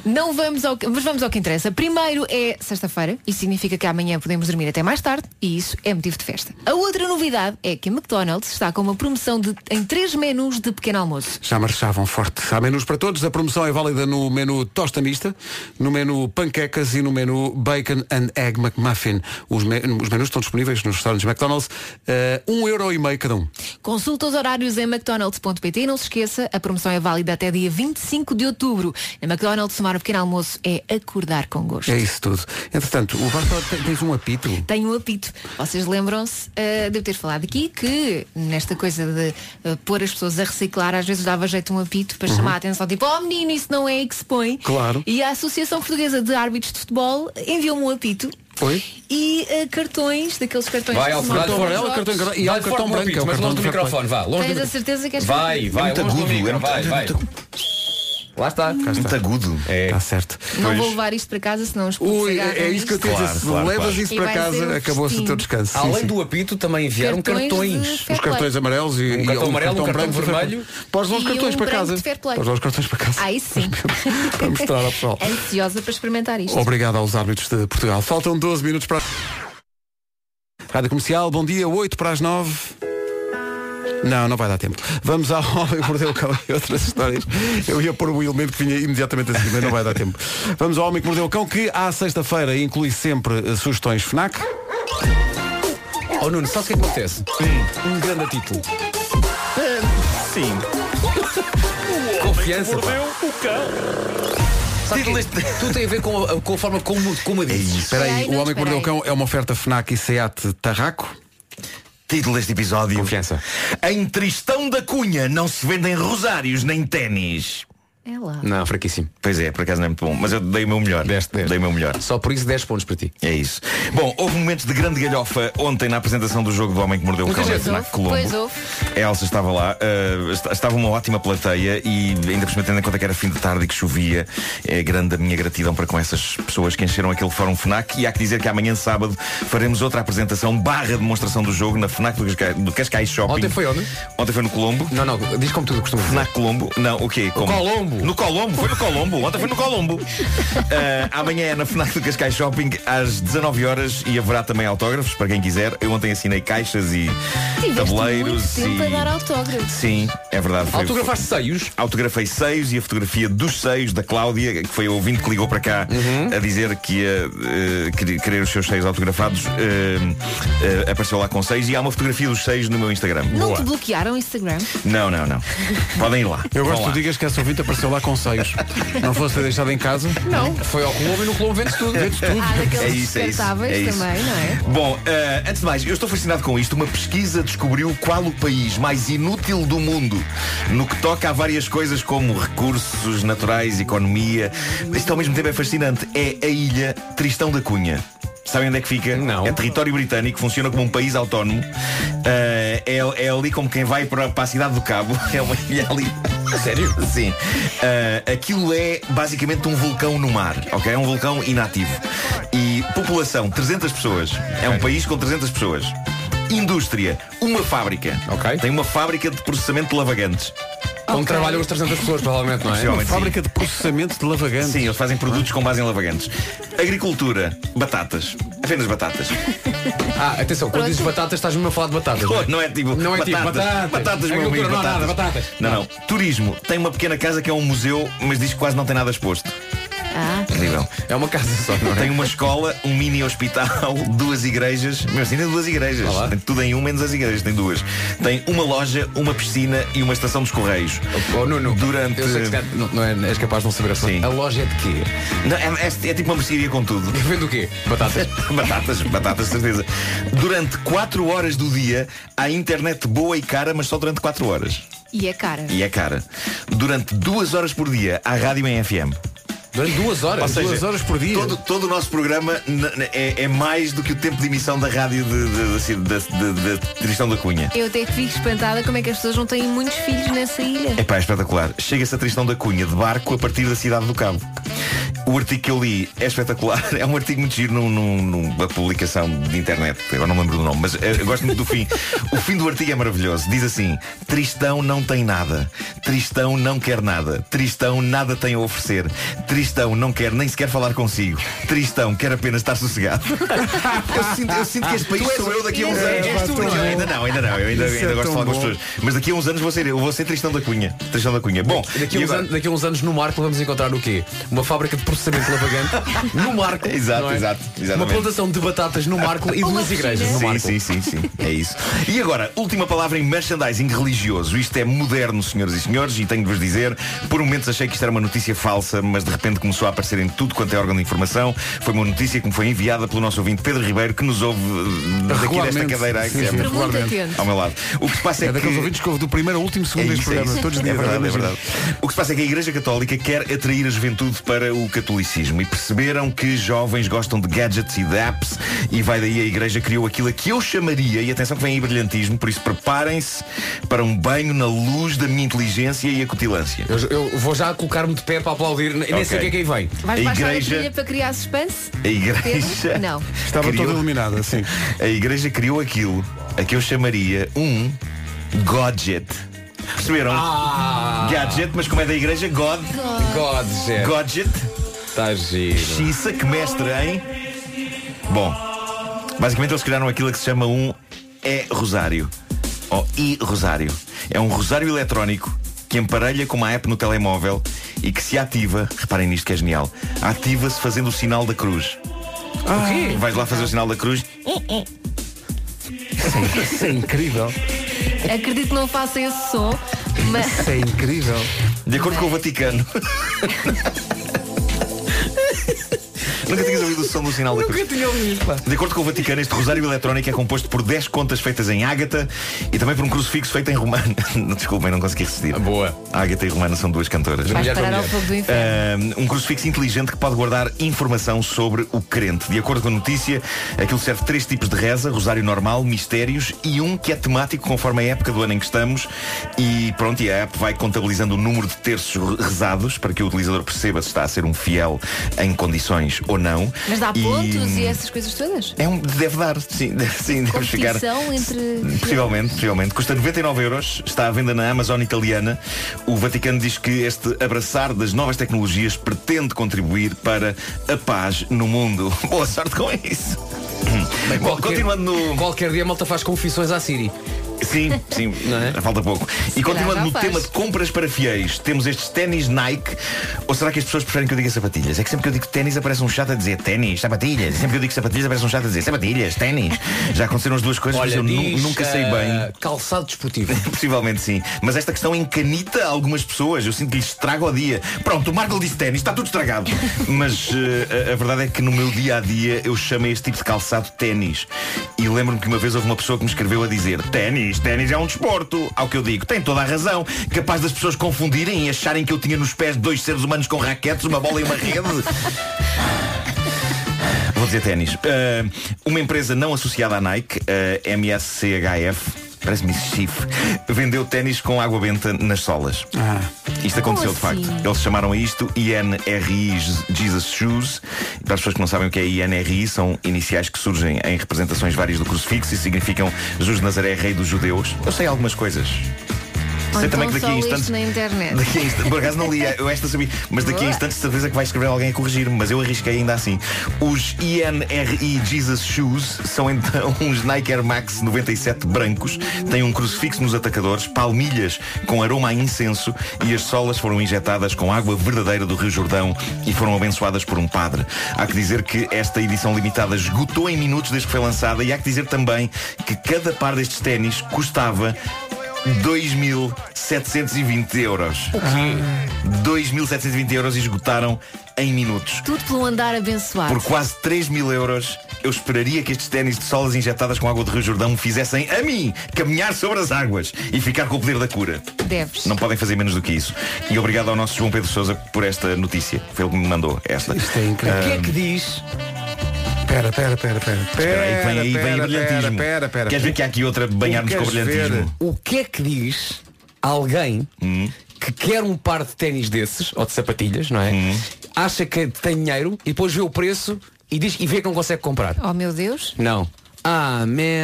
Não vamos ao que, mas vamos ao que interessa. Primeiro é sexta-feira e significa que amanhã podemos dormir até mais tarde e isso é motivo de festa. A outra novidade é que a McDonald's está com uma promoção de, em três menus de pequeno almoço. Já marchavam forte. Há menus para todos. A promoção é válida no menu tosta mista, no menu panquecas e no menu bacon and egg McMuffin. Os, me- os menus estão disponíveis nos restaurantes McDonald's. eh, um euro e meio cada um. Consulta os horários em mcdonalds.pt e não se esqueça, a promoção é válida até dia 25 de outubro. Na McDonald's, tomar o pequeno almoço é acordar com gosto. É isso tudo. Entretanto, o Vasco tem- tens um apito. Tenho um apito. Vocês lembram-se ah, de eu ter falado aqui que nesta coisa de ah, pôr as pessoas a reciclar, às vezes dava jeito um apito para chamar a atenção, tipo, oh menino, isso não é aí que se põe. Uhum. Claro. E a Associação Portuguesa de Árbitros de Futebol enviou-me um apito Oi? e ah, cartões, daqueles cartões Vai que ao se Fernando marcam nos Fora, é o jogos. cartão engra- e há o cartão branco, é mas o cartão longe do branco. microfone, vá, longe Tens a certeza que és Vai, capaz? vai, Não longe do micro, vai, vai. Lá está. Muito agudo. É. É. Tá Está certo. vou levar isto para casa, senão os putos Ui, é, agarram é isso que eu isto. tenho a dizer. Se levas isso E para vai ser um casa, acabou-se o festim. teu descanso. Além Sim, sim. do apito, também enviaram Cartões cartões. de fair Os cartões play. amarelos e, Um e cartão um amarelo, um cartão branco. vermelho. Pós lá os E cartões um para branco casa. de fair play. É Pós lá os cartões para casa. Aí Ah, sim. Oh, Para mostrar ao pessoal. Ansiosa para experimentar isto. Obrigado aos árbitros de Portugal. Faltam 12 minutos para. Rádio Comercial, bom dia, 8 para as 9. Não, não vai dar tempo. Vamos ao Homem que Mordeu o Cão e outras histórias. Eu ia pôr o elemento que vinha imediatamente a seguir, mas não vai dar tempo. Vamos ao Homem que Mordeu o Cão, que à sexta-feira inclui sempre eh, sugestões FNAC. Oh Nuno, sabes o que é que acontece? Um grande título. Sim. Confiança. pá. o cão. Sabe que Tudo tem a ver com a, com a forma como, como a É dizes. Espera aí, o Homem que Mordeu o cão. Cão é uma oferta FNAC e SEAT Tarraco. Título deste episódio. Confiança. Em Tristão da Cunha não se vendem rosários nem ténis. Oh. É lá. Não, fraquíssimo. Pois é, por acaso não é muito bom, mas eu dei o meu melhor. Dei o meu melhor. Só por isso 10 pontos para ti. É isso. Bom, houve momentos de grande galhofa ontem na apresentação do jogo do Homem que Mordeu o Cão na FNAC Colombo. Pois houve. A Elsa estava lá, eh, est- estava uma ótima plateia e ainda por cima tendo em conta que era fim de tarde e que chovia, é grande a minha gratidão para com essas pessoas que encheram aquele fórum FNAC e há que dizer que amanhã sábado faremos outra apresentação barra demonstração do jogo na FNAC do Cascais, do Cascais Shopping. Ontem foi onde? Ontem foi no Colombo. Não, não, diz como tudo costuma dizer. FNAC Colombo. Não, o quê? Como? Colombo. No Colombo, foi no Colombo. Ontem foi no Colombo. Eh, amanhã é na FNAC do Cascais Shopping às 19 horas e haverá também autógrafos para quem quiser. Eu ontem assinei caixas e Tiveste tabuleiros muito tempo e... a dar autógrafos. Sim, é verdade. Foi- Autografaste foi- seios? Autografei seios e a fotografia dos seios da Cláudia, que foi a ouvinte que ligou para cá a dizer que ia eh, querer- querer os seus seios autografados. eh, eh, apareceu lá com seios e há uma fotografia dos seios no meu Instagram. Não te bloquearam o Instagram? Não, não, não. Podem ir lá. Eu Vão gosto lá. que tu digas que essa ouvinte apareceu lá com seios. Não fosse ter deixado em casa? Não. Foi ao Colombo e no Colombo vende tudo. Vende tudo. Há daqueles É isso, é isso, Então, descartáveis é isso. também, não é? Bom, eh, antes de mais, eu estou fascinado com isto. Uma pesquisa descobriu qual o país mais inútil do mundo no que toca a várias coisas como recursos naturais, economia. Isto ao mesmo tempo é fascinante. É a ilha Tristão da Cunha. Sabem onde é que fica? Não. É território britânico, funciona como um país autónomo. Eh, é, é ali como quem vai para, para a cidade do Cabo. É uma ilha ali. Sério? Sim. Ah, aquilo é basicamente um vulcão no mar, ok? É um vulcão inativo. E população, 300 pessoas. É um país com 300 pessoas. Indústria, uma fábrica. Ok. Tem uma fábrica de processamento de É lavagantes. Onde trabalham as 300 pessoas, provavelmente, não é? Possivelmente, sim. Fábrica de processamento de lavagantes. Sim, eles fazem produtos com base em lavagantes. Agricultura, batatas. Apenas batatas. Ah, atenção, quando dizes batatas, estás mesmo a falar de batatas. Pô, Não é tipo. Não é batatas, tipo batatas. Batatas, meu amigo. Agricultura, não há nada, batatas. Não, não. Turismo. Tem uma pequena casa que é um museu, mas diz que quase não tem nada exposto. Ah, Terrível. É uma casa só, não é? Tem uma escola, um mini hospital, duas igrejas. Meu assim, tem duas igrejas. Tem tudo em um, menos as igrejas, tem duas. Tem uma loja, uma piscina e uma estação dos correios. Oh, Nuno, Durante. eu sei que se calhar não, não é, és capaz de não saber a Sim. A loja é de quê? Não, é, é- é tipo uma mercearia com tudo. Vende o quê? Batatas. batatas, batatas, certeza. Durante 4 horas do dia, há internet boa e cara, mas só durante 4 horas. e é cara. E é cara. Durante 2 horas por dia, há rádio em FM. Durante duas horas, Ou seja, duas horas por dia. Todo, todo o nosso programa n- n- é, é mais do que o tempo de emissão da rádio de, de, assim, da- de- de- de Tristão da Cunha. Eu até que fico espantada como é que as pessoas não têm muitos filhos nessa ilha. É pá, é espetacular. Chega-se a Tristão da Cunha de barco a partir da cidade do Cabo. O artigo que eu li é espetacular. É um artigo muito giro num- num- numa publicação de internet. Agora não me lembro do nome, mas eh, eu gosto muito do fim. O fim do artigo é maravilhoso. Diz assim: Tristão não tem nada. Tristão não quer nada. Tristão nada tem a oferecer. Tristão não quer nem sequer falar consigo. Tristão quer apenas estar sossegado. Eu sinto, eu sinto que este país sou eu daqui a uns anos. Porque eu ainda não, ainda não. Eu ainda, Isso é ainda gosto de falar tão com as bom. pessoas. Mas daqui a uns anos vou ser eu, vou ser Tristão da Cunha. Tristão da Cunha. Bom, Daqui a, e uns agora- anos, daqui a uns anos no Marco vamos encontrar o quê? Uma fábrica de processamento lavagante no Marco. Exato, não é? exato. Uma Exatamente. plantação de batatas no Marco e duas igrejas no sim, Marco. Sim, sim, sim. É isso. E agora, última palavra em merchandising religioso. Isto é moderno, senhoras e senhores, e tenho de vos dizer, por momentos achei que isto era uma notícia falsa, mas de repente começou a aparecer em tudo quanto é órgão de informação. Foi uma notícia que me foi enviada pelo nosso ouvinte Pedro Ribeiro, que nos ouve eh, daqui desta Regularmente. cadeira. ai, que Sim, é sim, muito- regularmente. Muito atento. Ao meu lado. O que se passa É é, que... daqueles ouvintes que ouve do primeiro ao último segundo É deste isso, é programa. isso. Todos os É dias. verdade, é imagina. verdade. O que se passa é que a Igreja Católica quer atrair a juventude para o catolicismo e perceberam que jovens gostam de gadgets e de apps e vai daí a Igreja criou aquilo que eu chamaria, e atenção que vem aí brilhantismo, por isso preparem-se para um banho na luz da minha inteligência e acutilância. Eu, eu vou já colocar-me de pé para aplaudir. Nem sei o que é que aí vem. Vais baixar a trilha para criar suspense? A igreja Pedro? Não. Estava toda iluminada, sim. A igreja criou aquilo a que eu chamaria um Godget. Perceberam? Gadget, mas como é da igreja, God. É. tá Godget. Godget. Está giro. Xissa, que mestre, hein? Bom, basicamente eles criaram aquilo que se chama um E Rosário. Ou I Rosário. É um rosário eletrónico que emparelha com uma app no telemóvel e que se ativa, reparem nisto que é genial, ativa-se fazendo o sinal da cruz. O quê? Vais lá fazer o sinal da cruz Isso é incrível. Acredito que não faça esse som, mas Isso é incrível. De acordo com o Vaticano. Nunca tinhas ouvido o som do sinal da cruz. tinha ouvido, pá. De acordo com o Vaticano, este rosário eletrónico é composto por 10 contas feitas em ágata e também por um crucifixo feito em romano. Desculpem, não consegui resistir. Boa. Ágata e romano são duas cantoras. vais parar ao fogo do inferno. Um crucifixo inteligente que pode guardar informação sobre o crente. De acordo com a notícia, aquilo serve de três tipos de reza, rosário normal, mistérios e um que é temático conforme a época do ano em que estamos. E pronto, e a app vai contabilizando o número de terços rezados para que o utilizador perceba se está a ser um fiel em condições ou não. Mas dá pontos Eh, e é... essas coisas todas? um, deve dar, sim, deve- sim deve ficar. Competição entre. Possivelmente, possivelmente. Custa 99 euros, está à venda na Amazon italiana. O Vaticano diz que este abraçar das novas tecnologias pretende contribuir para a paz no mundo. Boa sorte com isso. Bom, continuando no... Qualquer dia a malta faz confissões à Siri. Sim, sim, é? falta pouco. E continuando calhar já no faz. tema de compras para fiéis, temos estes ténis Nike. Ou será que as pessoas preferem que eu diga sapatilhas? É que sempre que eu digo ténis aparece um chato a dizer ténis, sapatilhas. Sempre que eu digo sapatilhas aparece um chato a dizer sapatilhas, ténis. Já aconteceram as duas coisas, mas eu nu- diz, nunca sei ah, bem. Calçado desportivo. Possivelmente sim. Mas esta questão encanita algumas pessoas. Eu sinto que lhes estraga o dia. Pronto, o Marco disse ténis, está tudo estragado. Mas eh, a, a verdade é que no meu dia a dia eu chamo este tipo de calçado ténis. E lembro-me que uma vez houve uma pessoa que me escreveu a dizer ténis, ténis é um desporto. Ao que eu digo, tem toda a razão. Capaz das pessoas confundirem e acharem que eu tinha nos pés dois seres humanos com raquetes, uma bola e uma rede. Vou dizer ténis. Ah, uma empresa não associada à Nike, ah, MSCHF, parece-me isso chifre, vendeu ténis com água benta nas solas. Isto aconteceu Como de assim? facto. Eles chamaram a isto INRI Jesus Shoes. E Para as pessoas que não sabem o que é INRI, são iniciais que surgem em representações várias do crucifixo e significam Jesus de Nazaré, Rei dos Judeus. Eu sei algumas coisas. Ou sei então também que daqui só a leste instantes na internet. Daqui a insta- Por acaso não li, eh, eu esta sabia. Mas daqui a Boa. instantes, de certeza que vai escrever alguém a corrigir-me. Mas eu arrisquei ainda assim. Os INRI Jesus Shoes são então uns Nike Air Max 97 brancos. Têm um crucifixo nos atacadores, palmilhas com aroma a incenso e as solas foram injetadas com água verdadeira do Rio Jordão e foram abençoadas por um padre. Há que dizer que esta edição limitada esgotou em minutos desde que foi lançada e há que dizer também que cada par destes ténis custava 2.720 euros. O quê? 2.720 euros e esgotaram em minutos. Tudo pelo andar abençoado. Por quase 3 mil euros, eu esperaria que estes ténis de solas injetadas com água do Rio Jordão me fizessem, a mim, caminhar sobre as águas e ficar com o poder da cura. Deves. Não podem fazer menos do que isso. E obrigado ao nosso João Pedro Sousa por esta notícia. Foi ele que me mandou esta. Isto é incrível. O que é que diz? Pera, pera, pera, pera. Espera aí, que vem aí, vem aí pera, brilhantismo. pera, pera, pera. Queres ver que há aqui outra banhar-nos Tu com queres brilhantismo? ver? O que é que diz alguém que quer um par de ténis desses, ou de sapatilhas, não é? Acha que tem dinheiro e depois vê o preço e, diz, e vê que não consegue comprar. Oh meu Deus. Não. Amém.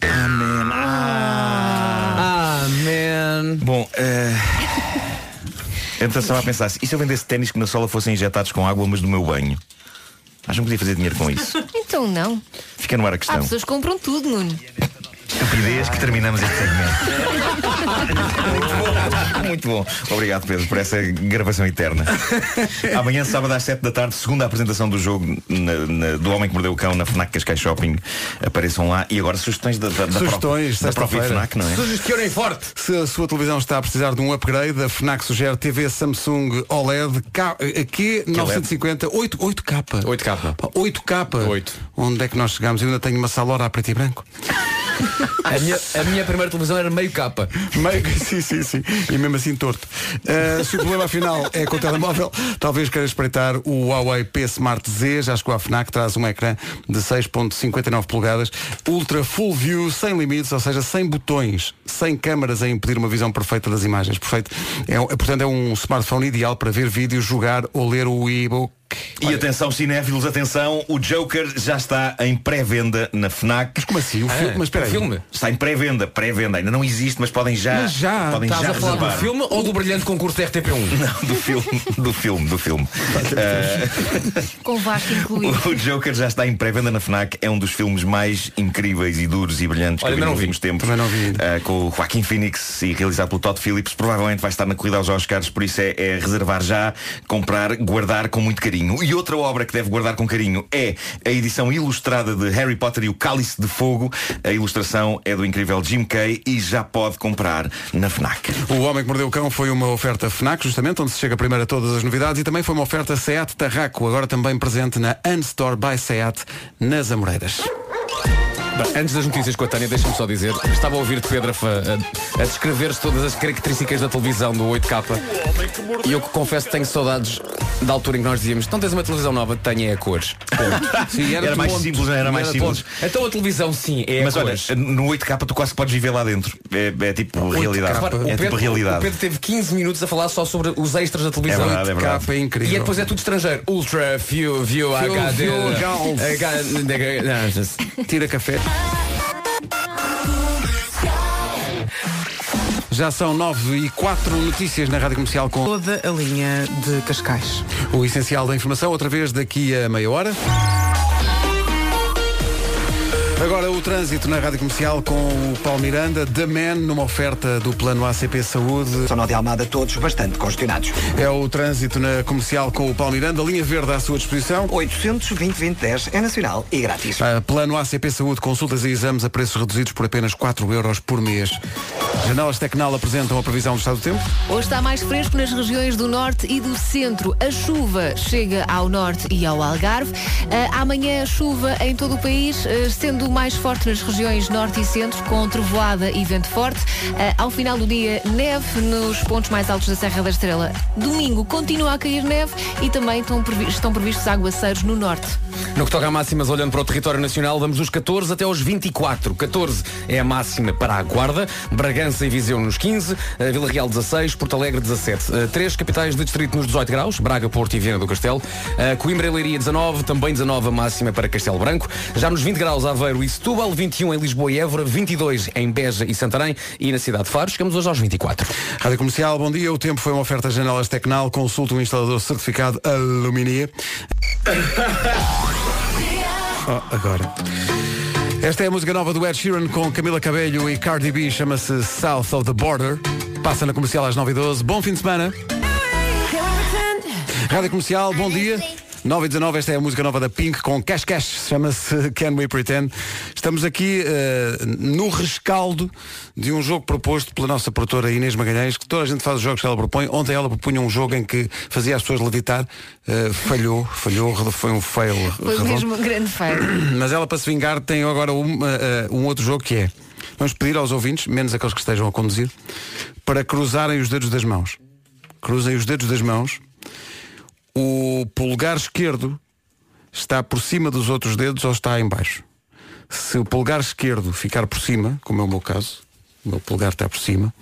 Amém. Ah. Amém. Bom, eh, Eu então estava a pensar, se- e se eu vendesse ténis que na sola fossem injetados com água, mas do meu banho? Acho que não podia fazer dinheiro com isso. Então não. Fica no ar a Há questão. pessoas que compram tudo, Nuno. Estupidez que terminamos este segmento. Muito bom. Obrigado, Pedro, por essa gravação eterna. Amanhã, sábado às 7 da tarde, segunda apresentação do jogo na- na- do Homem que Mordeu o Cão na FNAC Cascais Shopping. Apareçam lá. E agora sugestões da, da, da Sugestões, própria, da própria sexta-feira. FNAC, não é? Sugestionem forte. Se a sua televisão está a precisar de um upgrade, a FNAC sugere TV Samsung OLED K- eh, Q950 8, 8K. 8K. 8K. 8. Onde é que nós chegamos? Eu ainda tenho uma salora a preto e branco. A minha, a minha primeira televisão era meio capa. Meio que sim, sim, sim. E mesmo assim torto. Uh, se o problema afinal é com o telemóvel, talvez queira espreitar o Huawei P Smart Z, já chegou à FNAC, traz um ecrã de 6.59 polegadas, ultra full view, sem limites, ou seja, sem botões, sem câmaras a impedir uma visão perfeita das imagens. Perfeito. É, um- é, portanto, é um smartphone ideal para ver vídeos, jogar ou ler o e-book. E atenção, cinéfilos, atenção, o Joker já está em pré-venda na FNAC. Mas como assim? O filme? Mas espera aí. filme? Está em pré-venda, pré-venda, ainda não existe, mas podem já. Mas já, podem estás já a falar reservar. do filme ou do brilhante concurso da RTP1? Não, do filme, do filme, do filme. Tá, Com Vasco incluído. Ah, o Joker já está em pré-venda na FNAC, é um dos filmes mais incríveis e duros e brilhantes Olha, que eu vi ainda não nos vi. últimos tempos. Ah, com o Joaquin Phoenix e realizado pelo Todd Phillips, provavelmente vai estar na corrida aos Oscars, por isso é, é reservar já, comprar, guardar com muito carinho. E outra obra que deve guardar com carinho é a edição ilustrada de Harry Potter e o Cálice de Fogo. A ilustração é do incrível Jim Kay e já pode comprar na FNAC. O Homem que Mordeu o Cão foi uma oferta FNAC, justamente, onde se chega primeiro a todas as novidades, e também foi uma oferta SEAT Tarraco, agora também presente na Unstore by SEAT, nas Amoreiras. Bem, antes das notícias com a Tânia, deixa-me só dizer, estava a ouvir-te, Pedro, a, fa- a- a descrever todas as características da televisão do 8K. E eu que confesso que tenho saudades da altura em que nós dizíamos, não tens uma televisão nova, tenha é a cores. Ponto. Era mais ponto. simples, não era mais simples. ponto. Então a televisão sim, é Mas a olha, cores. no 8K tu quase podes viver lá dentro. É, é tipo realidade. Repara, o é Pedro- tipo realidade. O Pedro teve 15 minutos a falar só sobre os extras da televisão. É verdade, é verdade. 8K E depois é tudo estrangeiro. Ultra View View HD. View Golf. HD. Tira café. Já são 9 e 4 notícias na Rádio Comercial com toda a linha de Cascais. o essencial da informação, outra vez daqui a meia hora. Agora o trânsito na Rádio Comercial com o Paulo Miranda, The Man, numa oferta do plano ACP Saúde. Só de Almada, todos bastante congestionados. É o trânsito na comercial com o Paulo Miranda, linha verde à sua disposição. 820-2010 é nacional e grátis. Tá. Ah, plano ACP Saúde, consultas e exames a preços reduzidos por apenas 4 euros por mês. Janelas Tecnal apresentam a previsão do estado do tempo. Hoje está mais fresco nas regiões do norte e do centro. A chuva chega ao norte e ao Algarve. Ah, amanhã chuva em todo o país, ah, sendo mais forte nas regiões norte e centro, com trovoada e vento forte. Ah, ao final do dia, neve nos pontos mais altos da Serra da Estrela. Domingo continua a cair neve e também estão previ- estão previstos aguaceiros no norte. No que toca a máximas, olhando para o território nacional, vamos dos 14 até aos 24. 14 é a máxima para a Guarda, Bragança e Viseu nos 15, eh, Vila Real 16, Porto Alegre 17. Eh, Três capitais de distrito nos 18 graus, Braga, Porto e Viana do Castelo. Eh, Coimbra e Leiria 19, também 19 a máxima para Castelo Branco. Já nos 20 graus Aveiro e Setúbal, 21 em Lisboa e Évora, 22 em Beja e Santarém e na cidade de Faro. Chegamos hoje aos 24. Rádio Comercial, bom dia. O tempo foi uma oferta a janelas Tecnal. Consulte um instalador certificado Aluminia. Oh, agora. Esta é a música nova do Ed Sheeran com Camila Cabelho e Cardi B. Chama-se South of the Border. Passa na comercial às 9h12. Bom fim de semana. Rádio Comercial, bom dia. 9 e 19, esta é a música nova da Pink com Cash Cash, chama-se Can We Pretend. Estamos aqui eh, no rescaldo de um jogo proposto pela nossa produtora Inês Magalhães, que toda a gente faz os jogos que ela propõe. Ontem ela propunha um jogo em que fazia as pessoas levitar, eh, falhou, falhou, foi um fail. Foi Tá redondo. mesmo um grande feio. Mas ela, para se vingar, tem agora um, eh, eh, um outro jogo que é. Vamos pedir aos ouvintes, menos aqueles que estejam a conduzir, para cruzarem os dedos das mãos. Cruzem os dedos das mãos. O polegar esquerdo está por cima dos outros dedos ou está em baixo. Se o polegar esquerdo ficar por cima, como é o meu caso, o meu polegar está por cima,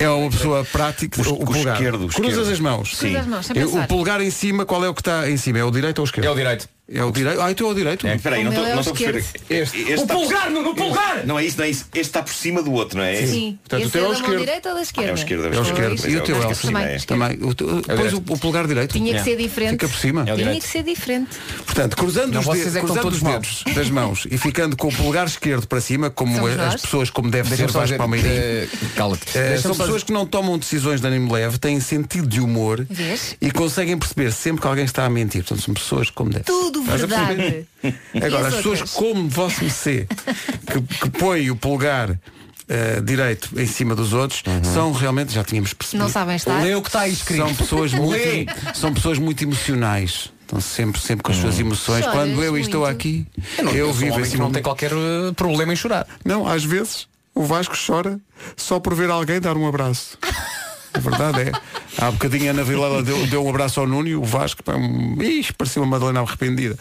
é uma pessoa prática. O, o polegar. esquerdo, o Cruzas esquerdo. as mãos. Cruzas Sim. as mãos, sem Eu- pensar. o polegar em cima, qual é o que está em cima? É o direito ou o esquerdo? É o direito. É o direito. Ah, então é o direito. É, espera aí, não estou não estou a perceber. Este, este está por- no Este- Não é isso, não é isso. Este está por cima do outro, não é? Sim. Portanto, o Esse teu é é o da mão esquerdo. direita ou da esquerda? é o esquerdo. É o esquerdo. E o teu é o Acho que cima. também, É. Também. O teu- Pois o, o polegar direito. Tinha que ser diferente. Fica por cima. Tinha que ser diferente. Portanto, cruzando Não, os, vocês dedos, é que cruzando estão todos os dedos das mãos e ficando com o polegar esquerdo para cima, como é, Somos as nós. pessoas, como deve Deixa-me ser, só vais dizer, para o meio eh, Cala-te. Deixa-me são só pessoas dizer- que não tomam decisões de ânimo leve, têm sentido de humor Vês? e conseguem perceber sempre que alguém está a mentir. Portanto, são pessoas como deve Tudo Estás a perceber? verdade. E Agora, as as pessoas outras? como vosso MC, que, que põe o polegar eh, direito em cima dos outros, são realmente, já tínhamos percebido. Não sabem estar. Lê o que está aí escrito. Uhum. São pessoas Lê. muito, são pessoas muito emocionais. Estão sempre, sempre com as suas emoções. Choras Quando eu estou muito. aqui, Hum. Eu, eu, não, eu sou um vivo homem esse que não momento. tem qualquer eh, problema em chorar. Não, às vezes o Vasco chora só por ver alguém dar um abraço. A verdade é. Há bocadinho a Ana Vilela deu, deu um abraço ao Nuno e o Vasco, pá, um- ixi, parecia uma Madalena arrependida.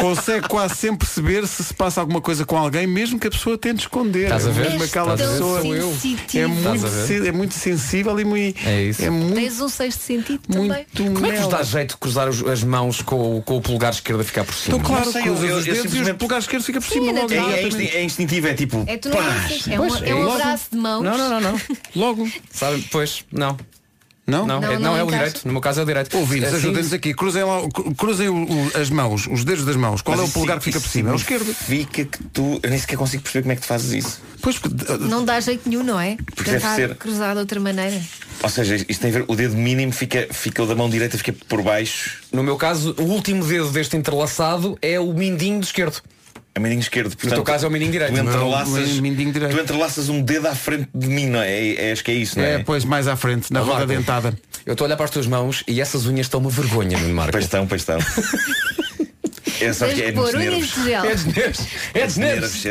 Consegue quase sempre perceber se se passa alguma coisa com alguém, mesmo que a pessoa tente esconder. Estás a ver? Mesmo És aquela tão pessoa sensitiva. é Estás muito, a ver? sen- é muito sensível e muito. É isso. É muito Tens um sexto sentido também. Como é que vos dá jeito de cruzar os- as mãos com, o- com o polegar esquerdo a ficar por cima? Então claro, Não sei, cruzas eu- eu- os eu dedos e os simplesmente- polegares esquerdos fica por Sim, cima é logo. natural. imediatamente. É insti- instintivo, é tipo. É tu não Pá, dizes, é, um- pois, é é um isso. abraço de mãos. Não, não, não, não. Logo. Sabe? Pois, não. Não? Não, Não, um é, não não é o encaixa. direito. No meu caso é o direito. Ouvintes, Assim- ajudem-nos aqui. Cruzem, lá- cru- cruzem o- o- as mãos, os dedos das mãos. Qual Mas é o isso polegar que fica por cima? É o esquerdo. Fica que tu. Eu nem sequer consigo perceber como é que tu fazes isso. Pois, Não dá jeito nenhum, não é? Porque deve Tentar ser. cruzar de outra maneira. Ou seja, isto tem a ver. O dedo mínimo fica, fica o da mão direita, fica por baixo. No meu caso, o último dedo deste entrelaçado é o mindinho do esquerdo. É o mindinho esquerdo. no teu caso é o mindinho direito. Tu entrelaças, Não, é tu entrelaças um dedo à frente de mim, não é? É- é- acho que é isso, não é? É, pois mais à frente, na roda dentada. Eu estou a olhar para as tuas mãos e essas unhas estão uma vergonha, Nuno Marco. Pois estão, pois estão. É só Tens que que é pôr nos unhas nervos. de gel. É dos nervos. É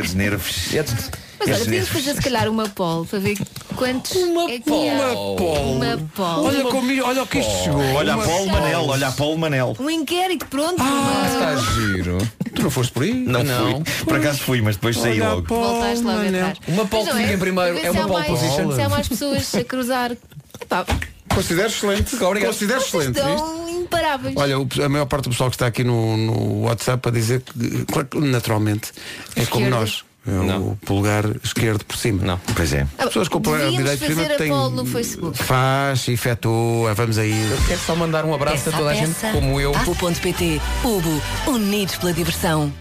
dos nervos. É dos Mas olha, podíamos nervos. fazer se calhar uma pole para ver quantos. Uma é que pole. há. Uma pole. Uma pole. Olha como i- olha o que Oh, Olha a Paulo Manel, olha a Paulo Manel. Um inquérito, pronto. uma- giro. Tu não foste por aí? Não, fui. Por acaso fui, mas depois saí Olha a logo. Voltaste logo Manel. atrás. Uma Mas pole não que fica em Para primeiro ver é se uma há pole mais- position. Se há mais pessoas a cruzar. Epá, Considero excelente. Obrigado. Considero vocês excelente. viste? estão imparáveis. Olha, o- a maior parte do pessoal que está aqui no, no WhatsApp a dizer que, claro que, naturalmente, é como Esquerdo. nós. É o polegar esquerdo por cima. Não. Pois é. Ah, Pessoas com o polegar devíamos direito por cima fazer a têm- pole no Facebook. Faz, efetua, vamos aí. Quero só mandar um abraço a toda a gente Peça como Ah, eu. Papo.pt Ubo, unidos pela diversão.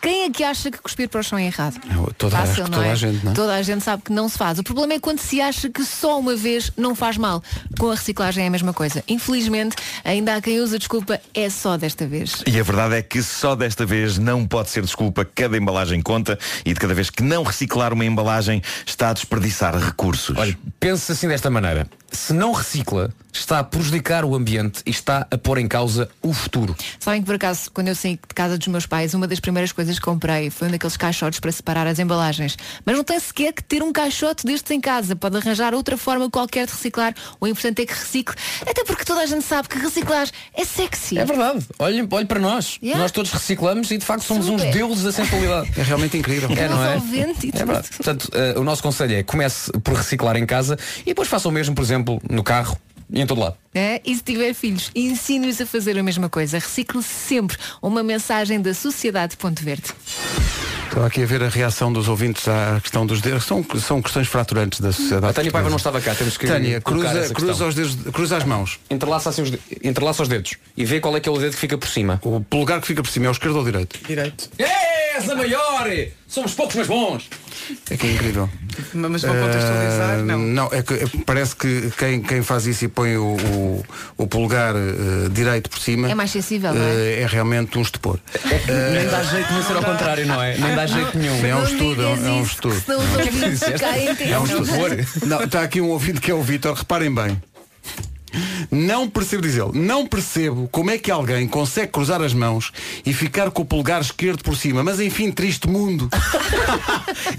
Quem é que acha que cuspir para o chão é errado? toda- acho que toda a gente, não é? Toda a gente sabe que não se faz. O problema é quando se acha que só uma vez não faz mal. Com a reciclagem é a mesma coisa. Infelizmente, ainda há quem use a desculpa é só desta vez. E a verdade é que só desta vez não pode ser desculpa, cada embalagem conta e de cada vez que não reciclar uma embalagem está a desperdiçar recursos. Olha, Pensa assim desta maneira. Se não recicla, está a prejudicar o ambiente e está a pôr em causa o futuro. Sabem que por acaso, quando eu saí de casa dos meus pais, uma das primeiras coisas que comprei foi um daqueles caixotes para separar as embalagens. Mas não tem sequer que ter um caixote destes em casa. Pode arranjar outra forma qualquer de reciclar. O importante é que recicle. Até porque toda a gente sabe que reciclar é sexy. É verdade. Olhem, olhem para nós. Yeah. Nós todos reciclamos e de facto somos Super. uns deuses da sensualidade. É realmente incrível. É, não é? Resolvente e É verdade. Portanto, eh, o nosso conselho é comece por reciclar em casa e depois faça o mesmo, por exemplo, no carro e em todo lado. né? E se tiver filhos, ensine-os a fazer a mesma coisa. Recicle-se sempre. Uma mensagem da Sociedade Ponto Verde. Estava aqui a ver a reação dos ouvintes à questão dos dedos. São, são questões fraturantes da sociedade. A Tânia portuguesa. Paiva não estava cá, temos que Tânia, colocar cruza, essa cruza, questão. os dedos, cruza as mãos. Entrelaça, assim os, de- entrelaça os dedos e vê qual é que é o dedo que fica por cima. O polegar que fica por cima é o esquerdo ou o direito? Direito. És a maior! Somos poucos, mas bons! É que é incrível. Mas vou contextualizar, Ah, não. Não, é que é- parece que quem, quem faz isso e põe o, o, o polegar eh, direito por cima É mais sensível, não é? eh, é realmente um estupor. É Eh, Nem dá jeito de ser ao contrário, não é? Nem dá jeito nenhum. É um estudo, é um- é um isso, estudo. senão os ouvintes caem É um estudo. dentro. Não, Está aqui um ouvido que é o Vitor, reparem bem. Não percebo, diz ele, não percebo como é que alguém consegue cruzar as mãos e ficar com o polegar esquerdo por cima, mas enfim, triste mundo.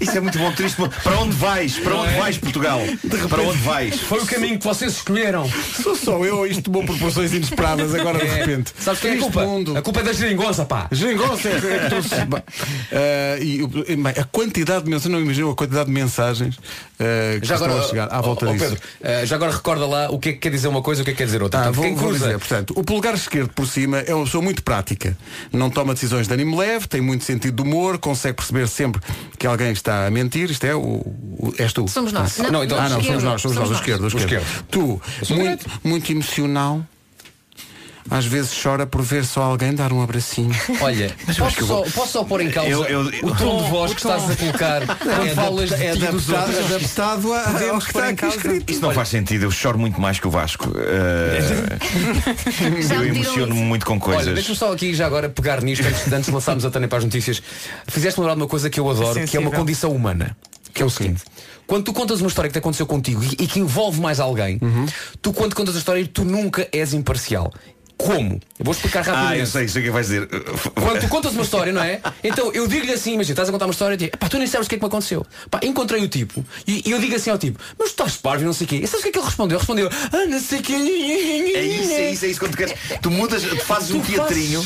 Isso é muito bom, triste mundo. Para onde vais? Para onde vais, Portugal? Para onde vais? Foi o caminho que vocês escolheram. Sou só eu, isto tomou proporções inesperadas agora de É. repente. Sabes quem é a Triste culpa? mundo. A culpa é da geringonça, pá. Geringonça é que trouxe. Bem, eh, e, o- e, bem, a quantidade de mensagens, não imagino a quantidade de mensagens eh, que Já estão agora, a chegar à ó, volta ó, disso. Pedro, eh, já agora recorda lá o que é que quer dizer uma coisa e o que é que quer dizer outra. Ah, Portanto, vou, quem vou cruza- dizer, portanto, o polegar esquerdo por cima é uma pessoa muito prática. Não toma decisões de ânimo leve, tem muito sentido de humor, consegue perceber sempre que alguém está a mentir. Isto é o. o és tu. Somos nós. Ah, Não, não, então, não, ah, não esquerdo. somos nós, somos, Somos nós, o esquerdo, o nós. esquerdo. Tu, muito, muito emocional. Às vezes chora por ver só alguém dar um abracinho. Olha, posso, só, posso só pôr em causa Eu- eu- o tom de voz o que tom. estás a colocar quando É falas adapta- de é ti dos adaptado- outros? adaptado a- ao que está aqui escrito. Isso não faz sentido, eu choro muito mais que o Vasco. Eh, eu emociono-me muito com É. Então, Olha, coisas. deixa-me só aqui já agora pegar nisto antes, antes de lançarmos a Tânia para as notícias. Fizeste-me lembrar de uma coisa que eu adoro, que é uma Sensível. condição humana. Que é o seguinte. Quando tu contas uma história que te aconteceu contigo e, e que envolve mais alguém, Uhum. tu quando contas a história, tu nunca és imparcial. Como? Eu vou explicar rapidamente. Ah, eu sei, sei o que vais dizer. Quando tu contas uma história, não é? Então eu digo-lhe assim, imagina, estás a contar uma história e digo, pá, tu nem sabes o que é que me aconteceu. Pá, encontrei o tipo e, e eu digo assim ao tipo, mas tu estás parvo e não sei o quê. E sabes o que é que ele respondeu? Ele respondeu, ah, não sei o quê. É isso, é isso, é isso. Quando tu queres, tu mudas, tu fazes um teatrinho.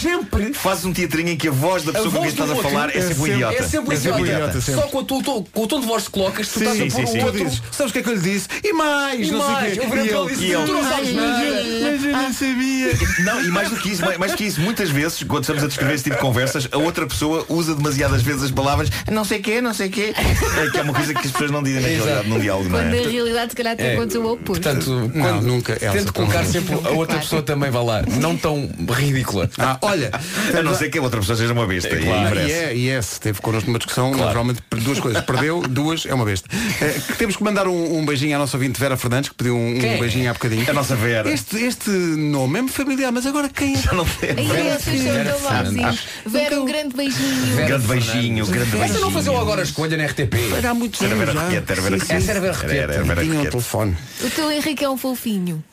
Fazes um teatrinho em que a voz da pessoa com quem voz do estás a outro falar é sempre um idiota. É sempre um idiota. Só com, o teu tom- com o tom de voz que colocas, tu Sim, estás a sim, pôr sim, o sim. Tu outro. dizes, sabes o que é que eu lhe disse? E mais, E não sei o mais, quê. eu virei E ele- para ele e e disse, tu ele- não sabes nada. eu não sabia. Não, e mais do que isso, mais, mais que isso, muitas vezes, quando estamos a descrever esse tipo de conversas, a outra pessoa usa demasiadas vezes as palavras não sei quê, não sei quê. É que é uma coisa que as pessoas não dizem na realidade num diálogo, não Quando na é? realidade, se calhar, até É. aconteceu o oposto. Portanto, quando nunca, Elsa, tento colocar pelo sempre a outra pessoa também, vai lá, não tão ridícula. Ah, olha, A não ser que a outra pessoa seja uma besta. É, e claro. E merece. é, e é, se teve connosco uma discussão, naturalmente, duas coisas. Perdeu, duas, é uma besta. É, que temos que mandar um, um beijinho à nossa ouvinte Vera Fernandes, que pediu um, um Quem é? beijinho há bocadinho. A nossa Vera. Este, este nome é-me familiar, mas agora quem é? não Ai, vocês são tão bonzinhos. Vera, um grande beijinho. Grande beijinho, grande Essa beijinho. não faziam agora a escolha na RTP. Era há muitos Era Vera anos já. Requete, era Vera Sim, sim. Requete. Essa era Vera Era- era Requete. Vera Tinha um Requete. telefone. O teu Henrique é um fofinho.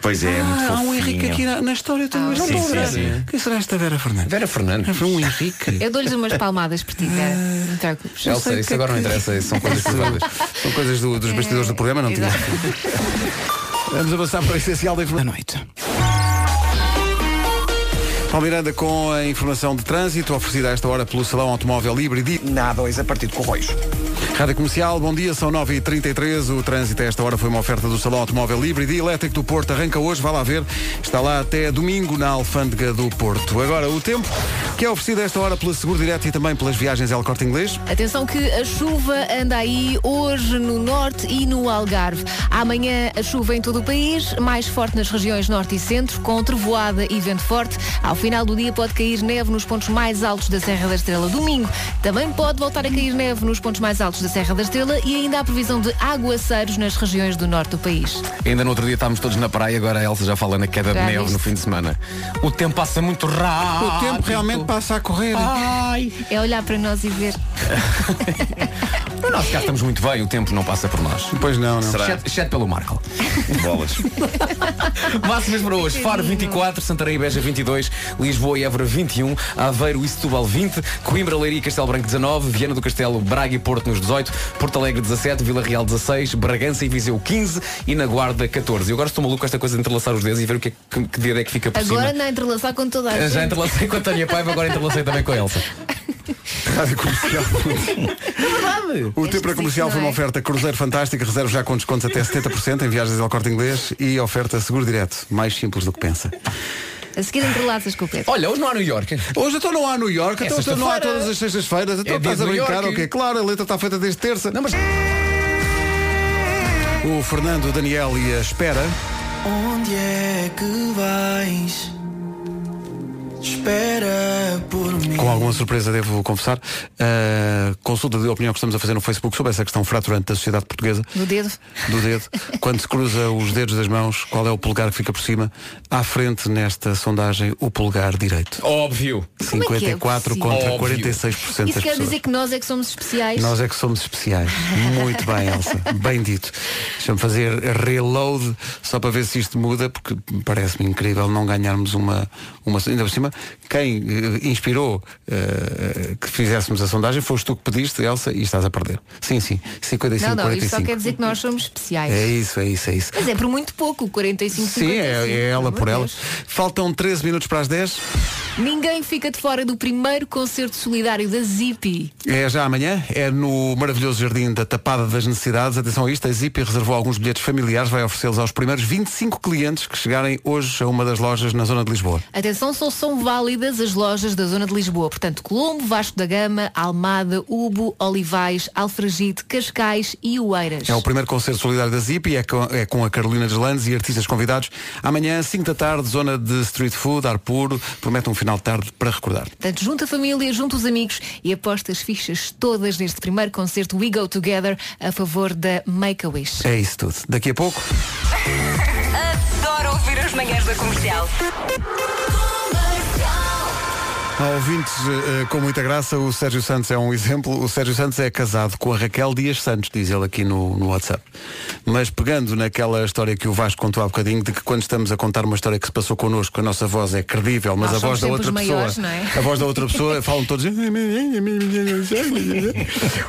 Pois é, é muito Ah, há fofinho. um Henrique aqui na, na história. Tenho Ah, não sim, estou a sim, ver. sim. Quem será esta Vera Fernandes? Vera Fernandes. Foi um Henrique. Eu dou-lhes umas palmadas por ti, Vera. Ah. Não te preocupes. Elsa, isso é agora não interessa, são coisas privadas. São coisas do- dos bastidores do programa, não tinha. Vamos avançar para o essencial da informação. Da noite. Paulo Miranda com a informação de trânsito oferecida a esta hora pelo Salão Automóvel Híbrido. Na A2 a partir de Corroios. Rádio Comercial, bom dia, são 9h33. O trânsito a esta hora foi uma oferta do Salão Automóvel Híbrido e Elétrico do Porto. Arranca hoje, vá lá ver. Está lá até domingo na Alfândega do Porto. Agora, o tempo que é oferecido a esta hora pelo Seguro Direto e também pelas viagens El Corte Inglês. Atenção que a chuva anda aí hoje no norte e no Algarve. Amanhã a chuva em todo o país, mais forte nas regiões norte e centro, com trovoada e vento forte. Ao final do dia pode cair neve nos pontos mais altos da Serra da Estrela. Domingo também pode voltar a cair neve nos pontos mais altos da Serra da Estrela e ainda há previsão de aguaceiros nas regiões do norte do país. Ainda no outro dia estávamos todos na praia, agora a Elsa já fala na queda de Já neve viste? no fim de semana. O tempo passa muito rápido. Ah, O tipo, tempo realmente passa a correr. É olhar para nós e ver. No nosso caso estamos muito bem, o tempo não passa por nós. Pois não, não. Exceto, exceto pelo Marco. Bolas. Máximas para hoje. Faro 24, Santarém e Beja 22, Lisboa e Évora 21, Aveiro e Setúbal 20, Coimbra, Leiria e Castelo Branco 19, Viana do Castelo, Braga e Porto nos 18, Porto Alegre 17, Vila Real 16, Bragança e Viseu 15 e na Guarda 14. Eu agora estou maluco com esta coisa de entrelaçar os dedos e ver o que, é que, que dedo é que fica por cima. Agora não entrelaçar com toda a gente. Já entrelacei com a Tânia Paiva, agora entrelacei também com a Elsa. Rádio Comercial. O tempo para comercial foi uma oferta Cruzeiro Fantástico, reserva já com descontos até 70% em viagens ao corte inglês e oferta Seguro Direto, mais simples do que pensa. A seguir entrelaças com o Pedro. Olha, hoje não há New York. Hoje então não há New York, É então então não há sexta-feira. todas as sextas-feiras, então É dia estás a de New brincar, York. ok? Claro, a letra está feita desde terça. O Fernando, o Daniel e a Espera. Onde é que vais? Espera por mim. Com alguma surpresa, devo confessar, a consulta de opinião que estamos a fazer no Facebook sobre essa questão fraturante da sociedade portuguesa, No dedo. do dedo, quando se cruza os dedos das mãos, qual é o polegar que fica por cima? À frente nesta sondagem, o polegar direito. Óbvio. Como é que é 54 possível? contra Óbvio. 46% das Isso quer pessoas. dizer que nós é que somos especiais? Nós é que somos especiais. Muito bem, Elsa. Bem dito. Deixa-me fazer reload só para ver se isto muda, porque parece-me incrível não ganharmos uma, uma. Ainda por cima, quem eh, inspirou eh, que fizéssemos a sondagem foste tu que pediste, Elsa, e estás a perder. Sim, sim. 55, não, não, isto 45. só quer dizer que nós somos especiais. É isso, é isso, é isso. Mas é por muito pouco, 45, Sim, 55. é, é ela por amor de ela. Deus. Faltam 13 minutos para as 10. Ninguém fica de fora do primeiro concerto solidário da Zippy. É já amanhã, é no maravilhoso jardim da Tapada das Necessidades. Atenção a isto, a Zip reservou alguns bilhetes familiares, vai oferecê-los aos primeiros 25 clientes que chegarem hoje a uma das lojas na zona de Lisboa. Atenção, só são válidas as lojas da zona de Lisboa. Portanto, Colombo, Vasco da Gama, Almada, Ubo, Olivais, Alfragide, Cascais e Oeiras. É o primeiro concerto solidário da Zip e é com, é com a Carolina de Landes e artistas convidados. Amanhã, 5 da tarde, zona de street food, ar puro. Promete um final de tarde para recordar. Portanto, junta a família, junta os amigos e aposta as fichas todas neste primeiro concerto We Go Together a favor da Make-A-Wish. É isso tudo. Daqui a pouco, Adoro ouvir as manhãs da comercial. há ouvintes eh, com muita graça, o Sérgio Santos é um exemplo. O Sérgio Santos é casado com a Raquel Dias Santos, diz ele aqui no, no WhatsApp. Mas pegando naquela história que o Vasco contou há bocadinho, de que quando estamos a contar uma história que se passou connosco, a nossa voz é credível, mas Nós a voz somos da sempre outra os pessoa. maiores, não é? A voz da outra pessoa falam todos.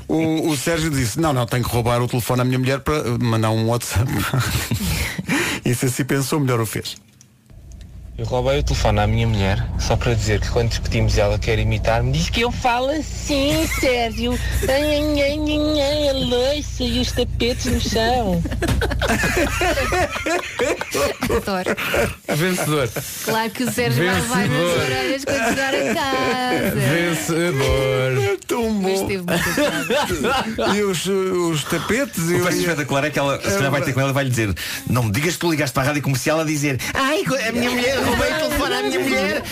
O, o Sérgio disse, não, não, tenho que roubar o telefone à minha mulher para eh, mandar um WhatsApp. Isso assim pensou, melhor o fez. Eu roubei o telefone à minha mulher só para dizer que quando discutimos e ela quer imitar-me, diz que eu falo assim, Sérgio. Ai, ai, ai, ai, ai, a louça e os tapetes no chão. Adoro. Vencedor. Claro que o Sérgio Vencedor. vai nas orelhas quando chegar a casa. Vencedor. É Tão Mas teve muita piada. E os, eh, os tapetes e O que vai o- ser espetacular é que ela, se calhar vai ter com ela e vai lhe dizer, não me digas que tu ligaste para a rádio comercial a dizer, ai, a minha mulher, eu roubei o telefone à minha mulher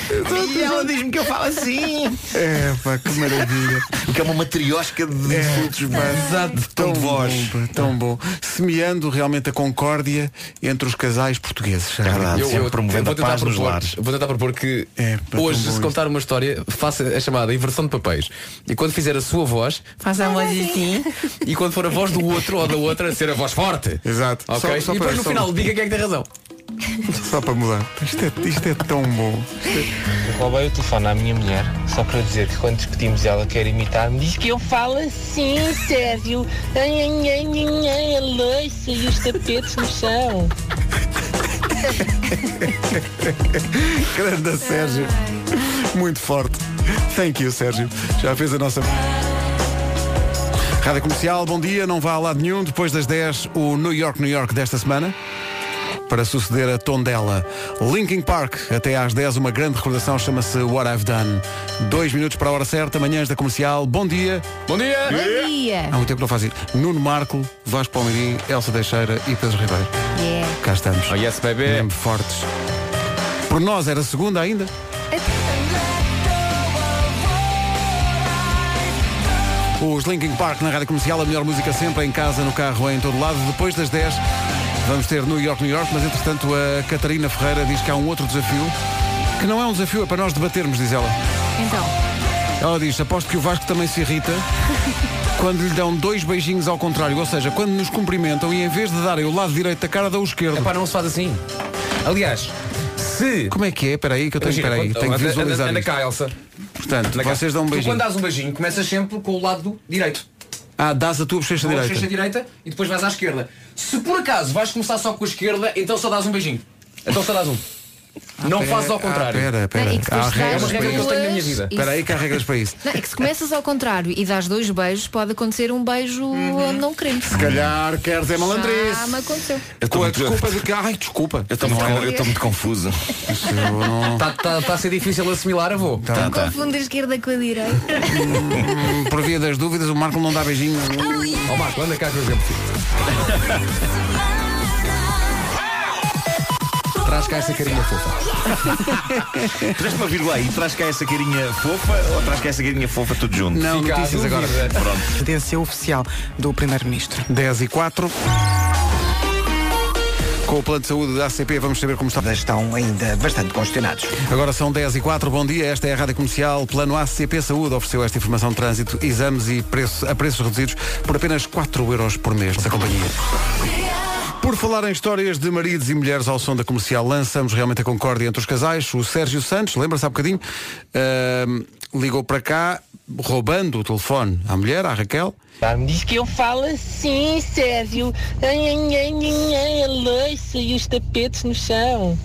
e ela diz-me que eu falo assim. É, pá, que maravilha. O que é uma matriosca de insultos, mas É. Exato, tão de voz. É. Bom, pá, tão bom. Semeando realmente a concórdia entre os casais portugueses. verdade, Eu, sempre eu- eu promovendo vou a tentar paz nos propor- lares. Vou tentar propor que É, hoje, se contar uma história, faça a chamada inversão de papéis. E quando fizer a sua voz, faça a voz assim. E quando for a voz do outro ou da outra, ser a voz forte. Exato. Ok? Só- só e para- depois no só- final, diga quem é que tem razão. Só para mudar. Isto é, isto é tão bom. Eu roubei o telefone à minha mulher só para dizer que quando discutimos e ela quer imitar-me, diz que eu falo assim, Sérgio. Ai, ai, ai, ai, ai, a louça e os tapetes no chão. Grande Sérgio. Muito forte. Thank you, Sérgio. Já fez a nossa. Rádio Comercial, bom dia, não vá a lado nenhum. Depois das 10, o New York, New York desta semana. Para suceder a Tondela. Linkin Park, até às 10, uma grande recordação, chama-se What I've Done. Dois minutos para a hora certa, manhãs da comercial. Bom dia. Bom dia. Bom dia. Há muito tempo não faz isso. Nuno Marco, Vasco Palmeirim, Elsa Teixeira e Pedro Ribeiro. Yeah. Cá estamos. Oh, yes, baby. É. Mesmo fortes. Por nós era segunda ainda. Os Linkin Park na rádio comercial, a melhor música sempre, em casa, no carro, em todo lado. Depois das 10, vamos ter New York, New York, mas entretanto a Catarina Ferreira diz que há um outro desafio, que não é um desafio, é para nós debatermos, diz ela. Então, Ela diz, aposto que o Vasco também se irrita quando lhe dão dois beijinhos ao contrário, ou seja, quando nos cumprimentam e em vez de darem o lado direito da cara, dão o esquerdo. Epá, não se faz assim. Aliás, se. Como é que é? Espera aí, que eu tenho, Imagina, espera aí, tenho quando- que Então, anda- visualizar Anda, anda isto. cá, Elsa. Portanto, Anda cá. vocês dão um Tu, beijinho. quando dás um beijinho, começas sempre com o lado direito. Então, Ah, dás a tua bochecha Com a direita. bochecha direita e depois vais à esquerda. Se por acaso vais começar só com a esquerda, então só dás um beijinho. Então só dás um. não Pera- fazes ao contrário. Ah, pera, pera. Não, e que Há depois É regras uma dás para regra que eu isso. tenho na minha vida. Espera aí que há regras para isso. não, é que se começas ao contrário e dás dois beijos, pode acontecer um beijo onde não queremos. Se calhar queres é malandrice. Ah, mas aconteceu. Com a desculpa de que. Ai, desculpa. Eu estou muito, Não con- eu estou muito confuso. Está Tá- a ser difícil assimilar, avô. Tá, tá. Confunde a esquerda com a direita. Hum, Por via das dúvidas, o Marco não dá beijinho. Ó Oh, Marco, anda cá, por exemplo. Traz cá essa carinha fofa. Traz uma vírgula aí, traz cá essa carinha fofa ou traz cá essa carinha fofa tudo junto? Não, Fica à notícias dúvida. agora. Pronto. Evidência oficial do Primeiro-Ministro. 10 e 4. Com o plano de saúde da ACP, vamos saber como está. Estão ainda bastante congestionados. Agora são 10 e 4, bom dia, esta é a Rádio Comercial. Plano ACP Saúde ofereceu esta informação de trânsito, exames e preço, a preços reduzidos por apenas 4 euros por mês. Essa companhia. Por falar em histórias de maridos e mulheres ao som da comercial, lançamos realmente a concórdia entre os casais. O Sérgio Santos, lembra-se há bocadinho, ahm, ligou para cá roubando o telefone à mulher, à Raquel. Diz que eu falo assim, Sérgio. Ai, ai, ai, ai, ai, a louça e os tapetes no chão.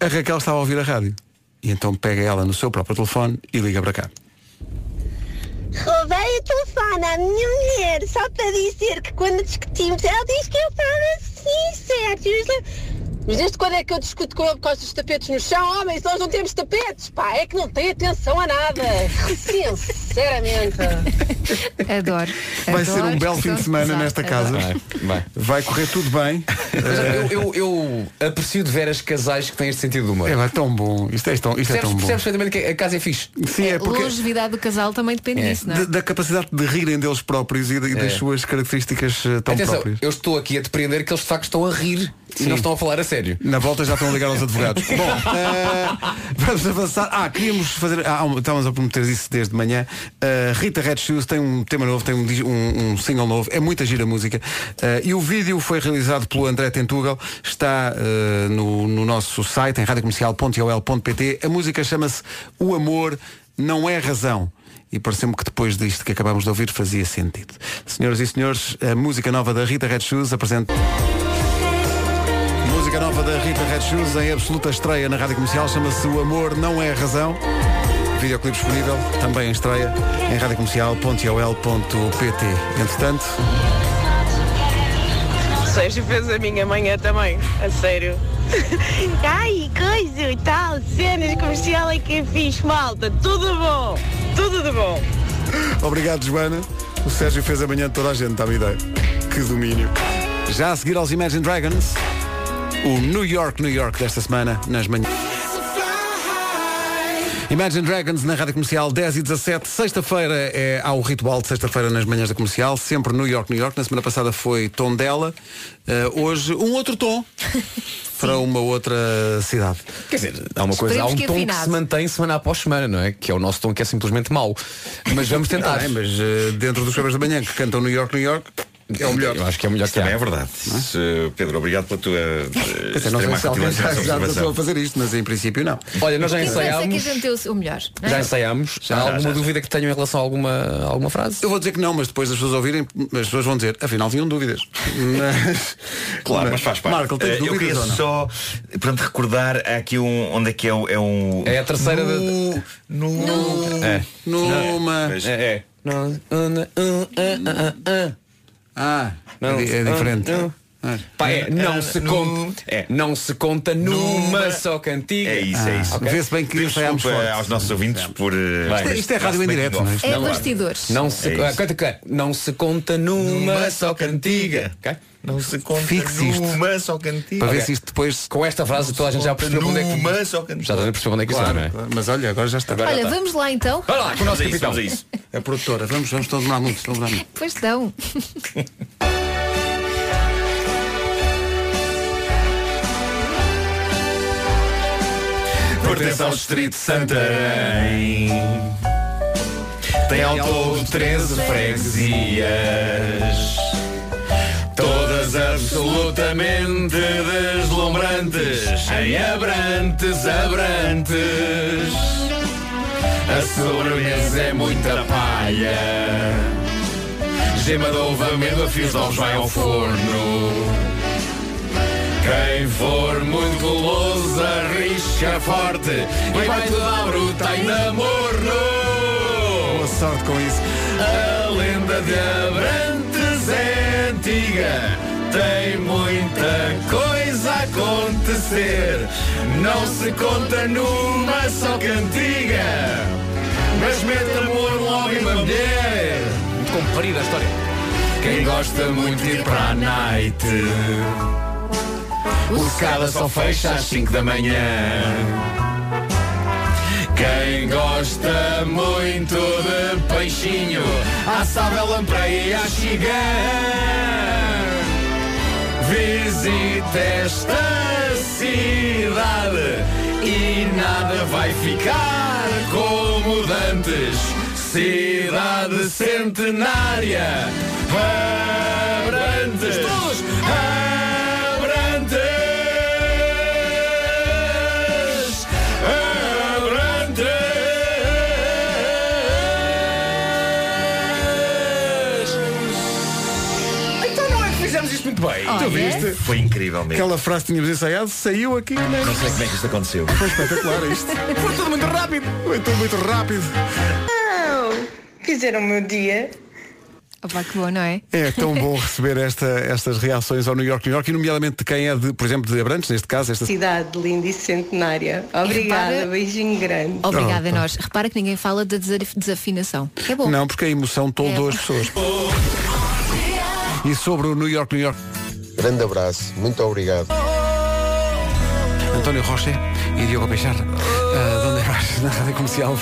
A Raquel estava a ouvir a rádio. E então pega ela no seu próprio telefone e liga para cá. Roubei o telefone à minha mulher só para dizer que quando discutimos ela diz que eu falo assim, Sérgio. Mas desde quando é que eu discuto com ele por causa dos tapetes no chão? Homens, nós não temos tapetes, pá. É que não tem atenção a nada. Sinceramente. Adoro. Vai adoro ser um belo que fim de são- semana nesta Exato, adoro. casa. Vai, vai. correr tudo bem. Eu, eu- eu aprecio de ver as casais que têm este sentido de humor. É, vai, tão bom. Isto é, tão, isto é Percebes, tão bom. percebes perfeitamente que a casa é fixe. Sim, é A porque longevidade do casal também depende é, disso, não é? da, da capacidade de rirem deles próprios e, da- e das É. suas características eh, tão Atenção, próprias. eu estou aqui a depreender que eles de facto estão a rir Sim. e não estão a falar a sério. Na volta já estão a ligar aos advogados. Bom, eh, vamos avançar. Ah, queríamos fazer. Ah, um- estávamos a prometer isso desde manhã. Eh, Rita Red Shoes tem um tema novo, tem um, dis- um- um single novo. É muita gira a música. Eh, e o vídeo foi realizado pelo André Tentugal. Está eh, no, no nosso site, em radiocomercial.ol.pt. A música chama-se O Amor Não É Razão. E pareceu-me que depois disto que acabámos de ouvir fazia sentido. Senhoras e senhores, a música nova da Rita Red Shoes apresenta. Música nova da Rita Red Shoes em absoluta estreia na rádio comercial chama-se O Amor Não É Razão. Videoclipe disponível também em estreia em radiocomercial.ol.pt. Entretanto, Sérgio fez a minha manhã também, a sério. Ai, coisa e tal, cenas comercial é que é fixe, malta, tudo bom, tudo de bom. obrigado Joana. O Sérgio fez amanhã de toda a gente, dá-me ideia. Que domínio. Já a seguir aos Imagine Dragons, o New York, New York desta semana, nas manhãs. Imagine Dragons na Rádio Comercial 10 e 17, sexta-feira é, há o ritual de sexta-feira nas manhãs da comercial, sempre New York, New York. Na semana passada foi tom dela, hoje um outro tom para uma outra cidade. Quer dizer, há uma coisa, há um Esperemos que tom que afinado. se mantém semana após semana, não é? Que é o nosso tom que é simplesmente mau. Mas vamos tentar. Tá bem, mas eh, dentro dos programas da manhã que cantam New York, New York, é o melhor. Eu acho que é o melhor que Também há. é verdade. Isso, eh, Pedro, obrigado pela tua. eh, Quer dizer, não sei extrema se alguém já acutilância nessa já começou observação. a fazer isto, mas em princípio não. Olha, nós já Quem pensa é que a ensaiámos. gente deu o melhor. não é? Já ensaiámos. Já, há já, alguma já, já. dúvida que tenham em relação a alguma, a alguma frase? Eu vou dizer que não, mas depois as pessoas ouvirem, as pessoas vão dizer, afinal tinham dúvidas. Mas- Claro, mas faz parte. Marco, tens Eh, Eu dúvidas queria ou não? só, portanto, recordar há aqui um, onde é que é o. É, um... É a terceira no... de- No... É. Numa. Mas- É. Ah, é di- é diferente. Pá, é, não se conta, é, não se conta numa só cantiga. É isso, é isso. ok. Ah, Vê-se bem que ensaiámos Desculpa forte. aos nossos ouvintes por. eh, Bem. Isto é- isto é rádio em nosso direto, não é? making-of. É bastidores. Não se, É isso. canta, canta. não se conta numa só cantiga. ok? Não se conta Fixe isto. numa só cantiga. Para ver Ok. se isto depois. Com esta frase toda a gente já percebeu onde é que. Numa só cantiga. Já toda a gente percebeu onde é que isso Claro, é, não é? claro, mas olha, agora já está. Olha, vamos lá então. Olha lá, com o Vamos nosso a isso, capitão. vamos a isso. A produtora, vamos, vamos, estão a demorar muito, estão a demorar muito. Pois não. Pertence ao Distrito de Santarém. Tem ao todo 13 freguesias. Todas absolutamente deslumbrantes, em abrantes, abrantes. A Sobremesa é muita palha. Gema de ovo, amêndoa, fios de ovos, vai ao forno. Quem for muito guloso arrisca forte e vai tudo à bruta ainda morno. Boa sorte com isso. A lenda de Abrantes é antiga, tem muita coisa a acontecer. Não se conta numa só cantiga, mas mete amor logo em uma mulher. Muito comprida a história. Quem gosta muito de ir para a night O Secada só fecha às 5 da manhã. Quem gosta muito de peixinho, assava lampreia a chigã. Visite esta cidade e nada vai ficar como dantes. Cidade centenária, Abrantes, todos Abrantes, Abrantes. Então não é que fizemos isto muito bem. Tu viste? Foi incrível mesmo. Aquela frase que tínhamos ensaiado saiu aqui, né? Não sei como é que isto aconteceu. Foi espetacular isto. Foi tudo muito rápido. Foi tudo muito rápido. Fizeram o meu dia. Opa, que bom, não é? É tão bom receber esta, estas reações ao New York, New York, e nomeadamente de quem é, de, por exemplo, de Abrantes, neste caso. Esta... Cidade linda e centenária. Obrigada, Repara- beijinho grande. Obrigada a Oh, nós. Repara que ninguém fala da desa- desafinação. Que é bom. Não, porque a emoção toldou É. as pessoas. E sobre o New York, New York. Grande abraço, muito obrigado. António Rocha e Diogo Peixar. Uh, onde vais? Na rádio comercial.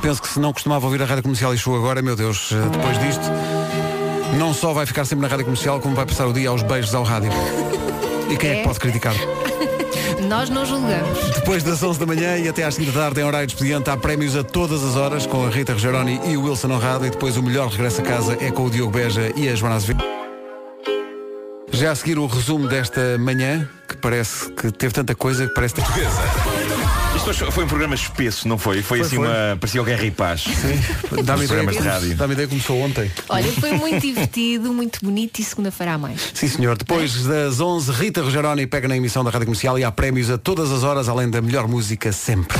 Penso que se não costumava ouvir a rádio comercial e show agora, meu Deus, eh, depois disto, não só vai ficar sempre na rádio comercial, como vai passar o dia aos beijos ao rádio. E quem é, É. que pode criticar? Nós não julgamos. Depois das 11 da manhã e até às 5 da tarde, em horário de expediente, há prémios a todas as horas com a Rita Rogeroni e o Wilson Honrado. E depois o melhor regresso a casa é com o Diogo Beja e a Joana Azevedo. Já a seguir o resumo desta manhã, que parece que teve tanta coisa que parece. Isto hoje foi um programa espesso, não foi? Foi, Foi, assim foi. uma. parecia o Guerra e Paz. Dos Dá-me ideia, programas de rádio. dá-me ideia que começou ontem. Olha, foi muito divertido, muito bonito e segunda-feira há mais. Sim, senhor. Depois das 11, Rita Rogeroni pega na emissão da Rádio Comercial e há prémios a todas as horas, além da melhor música sempre.